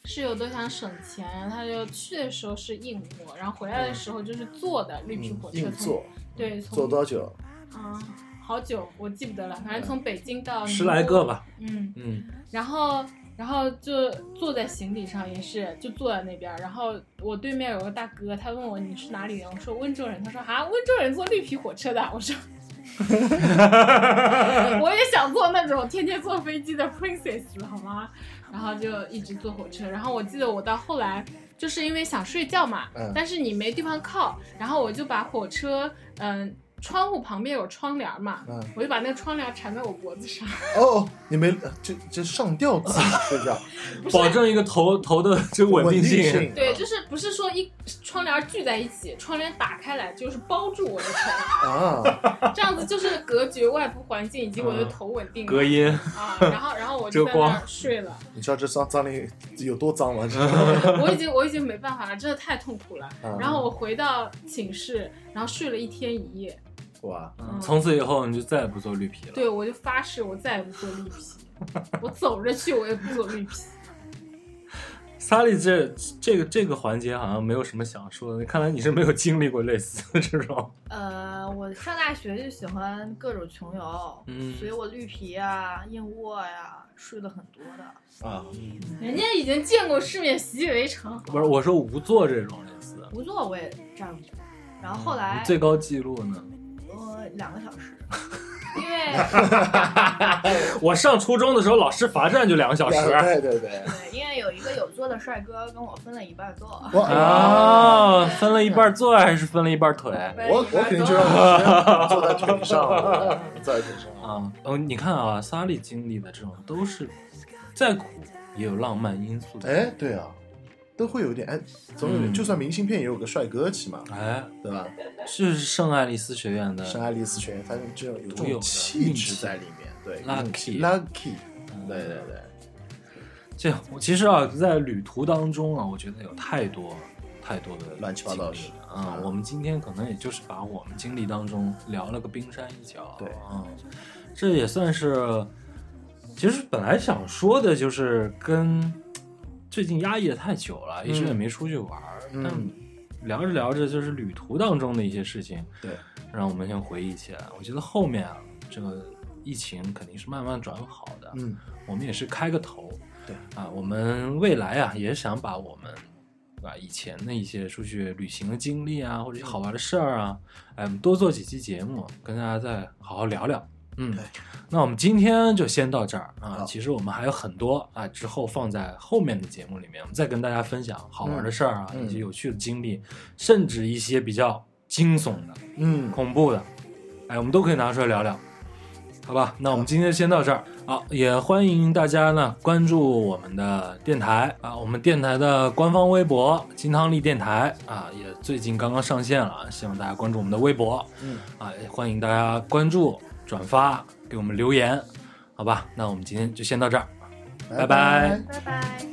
室友都想省钱，他就去的时候是硬卧，然后回来的时候就是坐的绿皮
嗯
火车
硬
从
坐，
对，
坐
从
多久？
啊、好久我记不得了，反正从北京到
十来个
吧，
吧。
嗯，
嗯，
然后然后就坐在行李上也是就坐在那边儿，然后我对面有个大哥，他问我你是哪里人，我说温州人，他说啊温州人坐绿皮火车的，我说。我也想坐那种天天坐飞机的 princess 好吗？然后就一直坐火车，然后我记得我到后来就是因为想睡觉嘛，
嗯
但是你没地方靠，然后我就把火车嗯、窗户旁边有窗帘嘛，
嗯
我就把那个窗帘缠在我脖子上，
哦哦，你没这这上吊 自己睡觉，
嗯保证一个头头的这个稳定性。
啊性
对，就是不是说一窗帘聚在一起，窗帘打开来就是包住我的头，
啊，
这样子就是隔绝外部环境以及我的头稳
嗯
定、
隔音，
啊，然后然后我就在
遮光
那儿睡了，
你知道这脏脏里有多 脏吗？
我已经我已经没办法了，真的太痛苦了
嗯。
然后我回到寝室，然后睡了一天一夜，
哇，
嗯
从此以后你就再也不做绿皮了。
对，我就发誓，我再也不做绿皮，我走着去，我也不做绿皮。
萨利这这个这个环节好像没有什么想说的，看来你是没有经历过类似的 这种。
呃，我上大学就喜欢各种穷游，
嗯
所以我绿皮啊、硬卧呀、睡了很多的。
啊，
人家已经见过世面，习以为常。
不是，我说无座这种类似的。
不做我也站过，然
嗯
后后来
最高记录呢？
呃两个小时，因为
我上初中的时候，老师罚站就两个小时。
对对对，
对因为有一个有座的帅哥跟我分了一半座，
哇，
啊，分了一半座还是分了一半腿
我我肯定就让你坐在 腿上了，坐在腿上了。
啊？哦，你看啊，萨利经历的这种都是再苦也有浪漫因素的。
哎，对啊，都会有点，哎，总有点，
嗯
就算明信片也有个帅哥起码，
哎，
对吧？
是圣爱丽丝学院的，
圣爱丽丝学院，它这种有这
独有
种
的
气
运
质
气
在里面，对
Lucky
lucky，对对对，
这我其实啊，在旅途当中啊，我觉得有太多太多的
乱七八糟的
经历
事
了啊、我们今天可能也就是把我们经历当中聊了个冰山一角，
对
啊、这也算是。其实本来想说的就是跟最近压抑的太久了，一直也没出去玩儿、
嗯
但聊着聊着就是旅途当中的一些事情，
对，
让我们先回忆起来。我觉得后面啊，这个疫情肯定是慢慢转好的，
嗯，
我们也是开个头，
对
啊，我们未来啊也想把我们啊以前的一些出去旅行的经历啊，或者一些好玩的事儿啊，哎，我们多做几期节目，跟大家再好好聊聊。嗯
对，
那我们今天就先到这儿啊。
好
其实我们还有很多啊，之后放在后面的节目里面，我们再跟大家分享好玩的事儿啊，
嗯
以及有趣的经历，甚至一些比较惊悚的、
嗯，
恐怖的，哎，我们都可以拿出来聊聊，好吧？那我们今天先到这儿，好，也欢迎大家呢关注我们的电台啊，我们电台的官方微博“金汤力电台”啊，也最近刚刚上线了，希望大家关注我们的微博，
嗯，
啊，也欢迎大家关注、转发，给我们留言，好吧？那我们今天就先到这儿，拜拜
拜拜。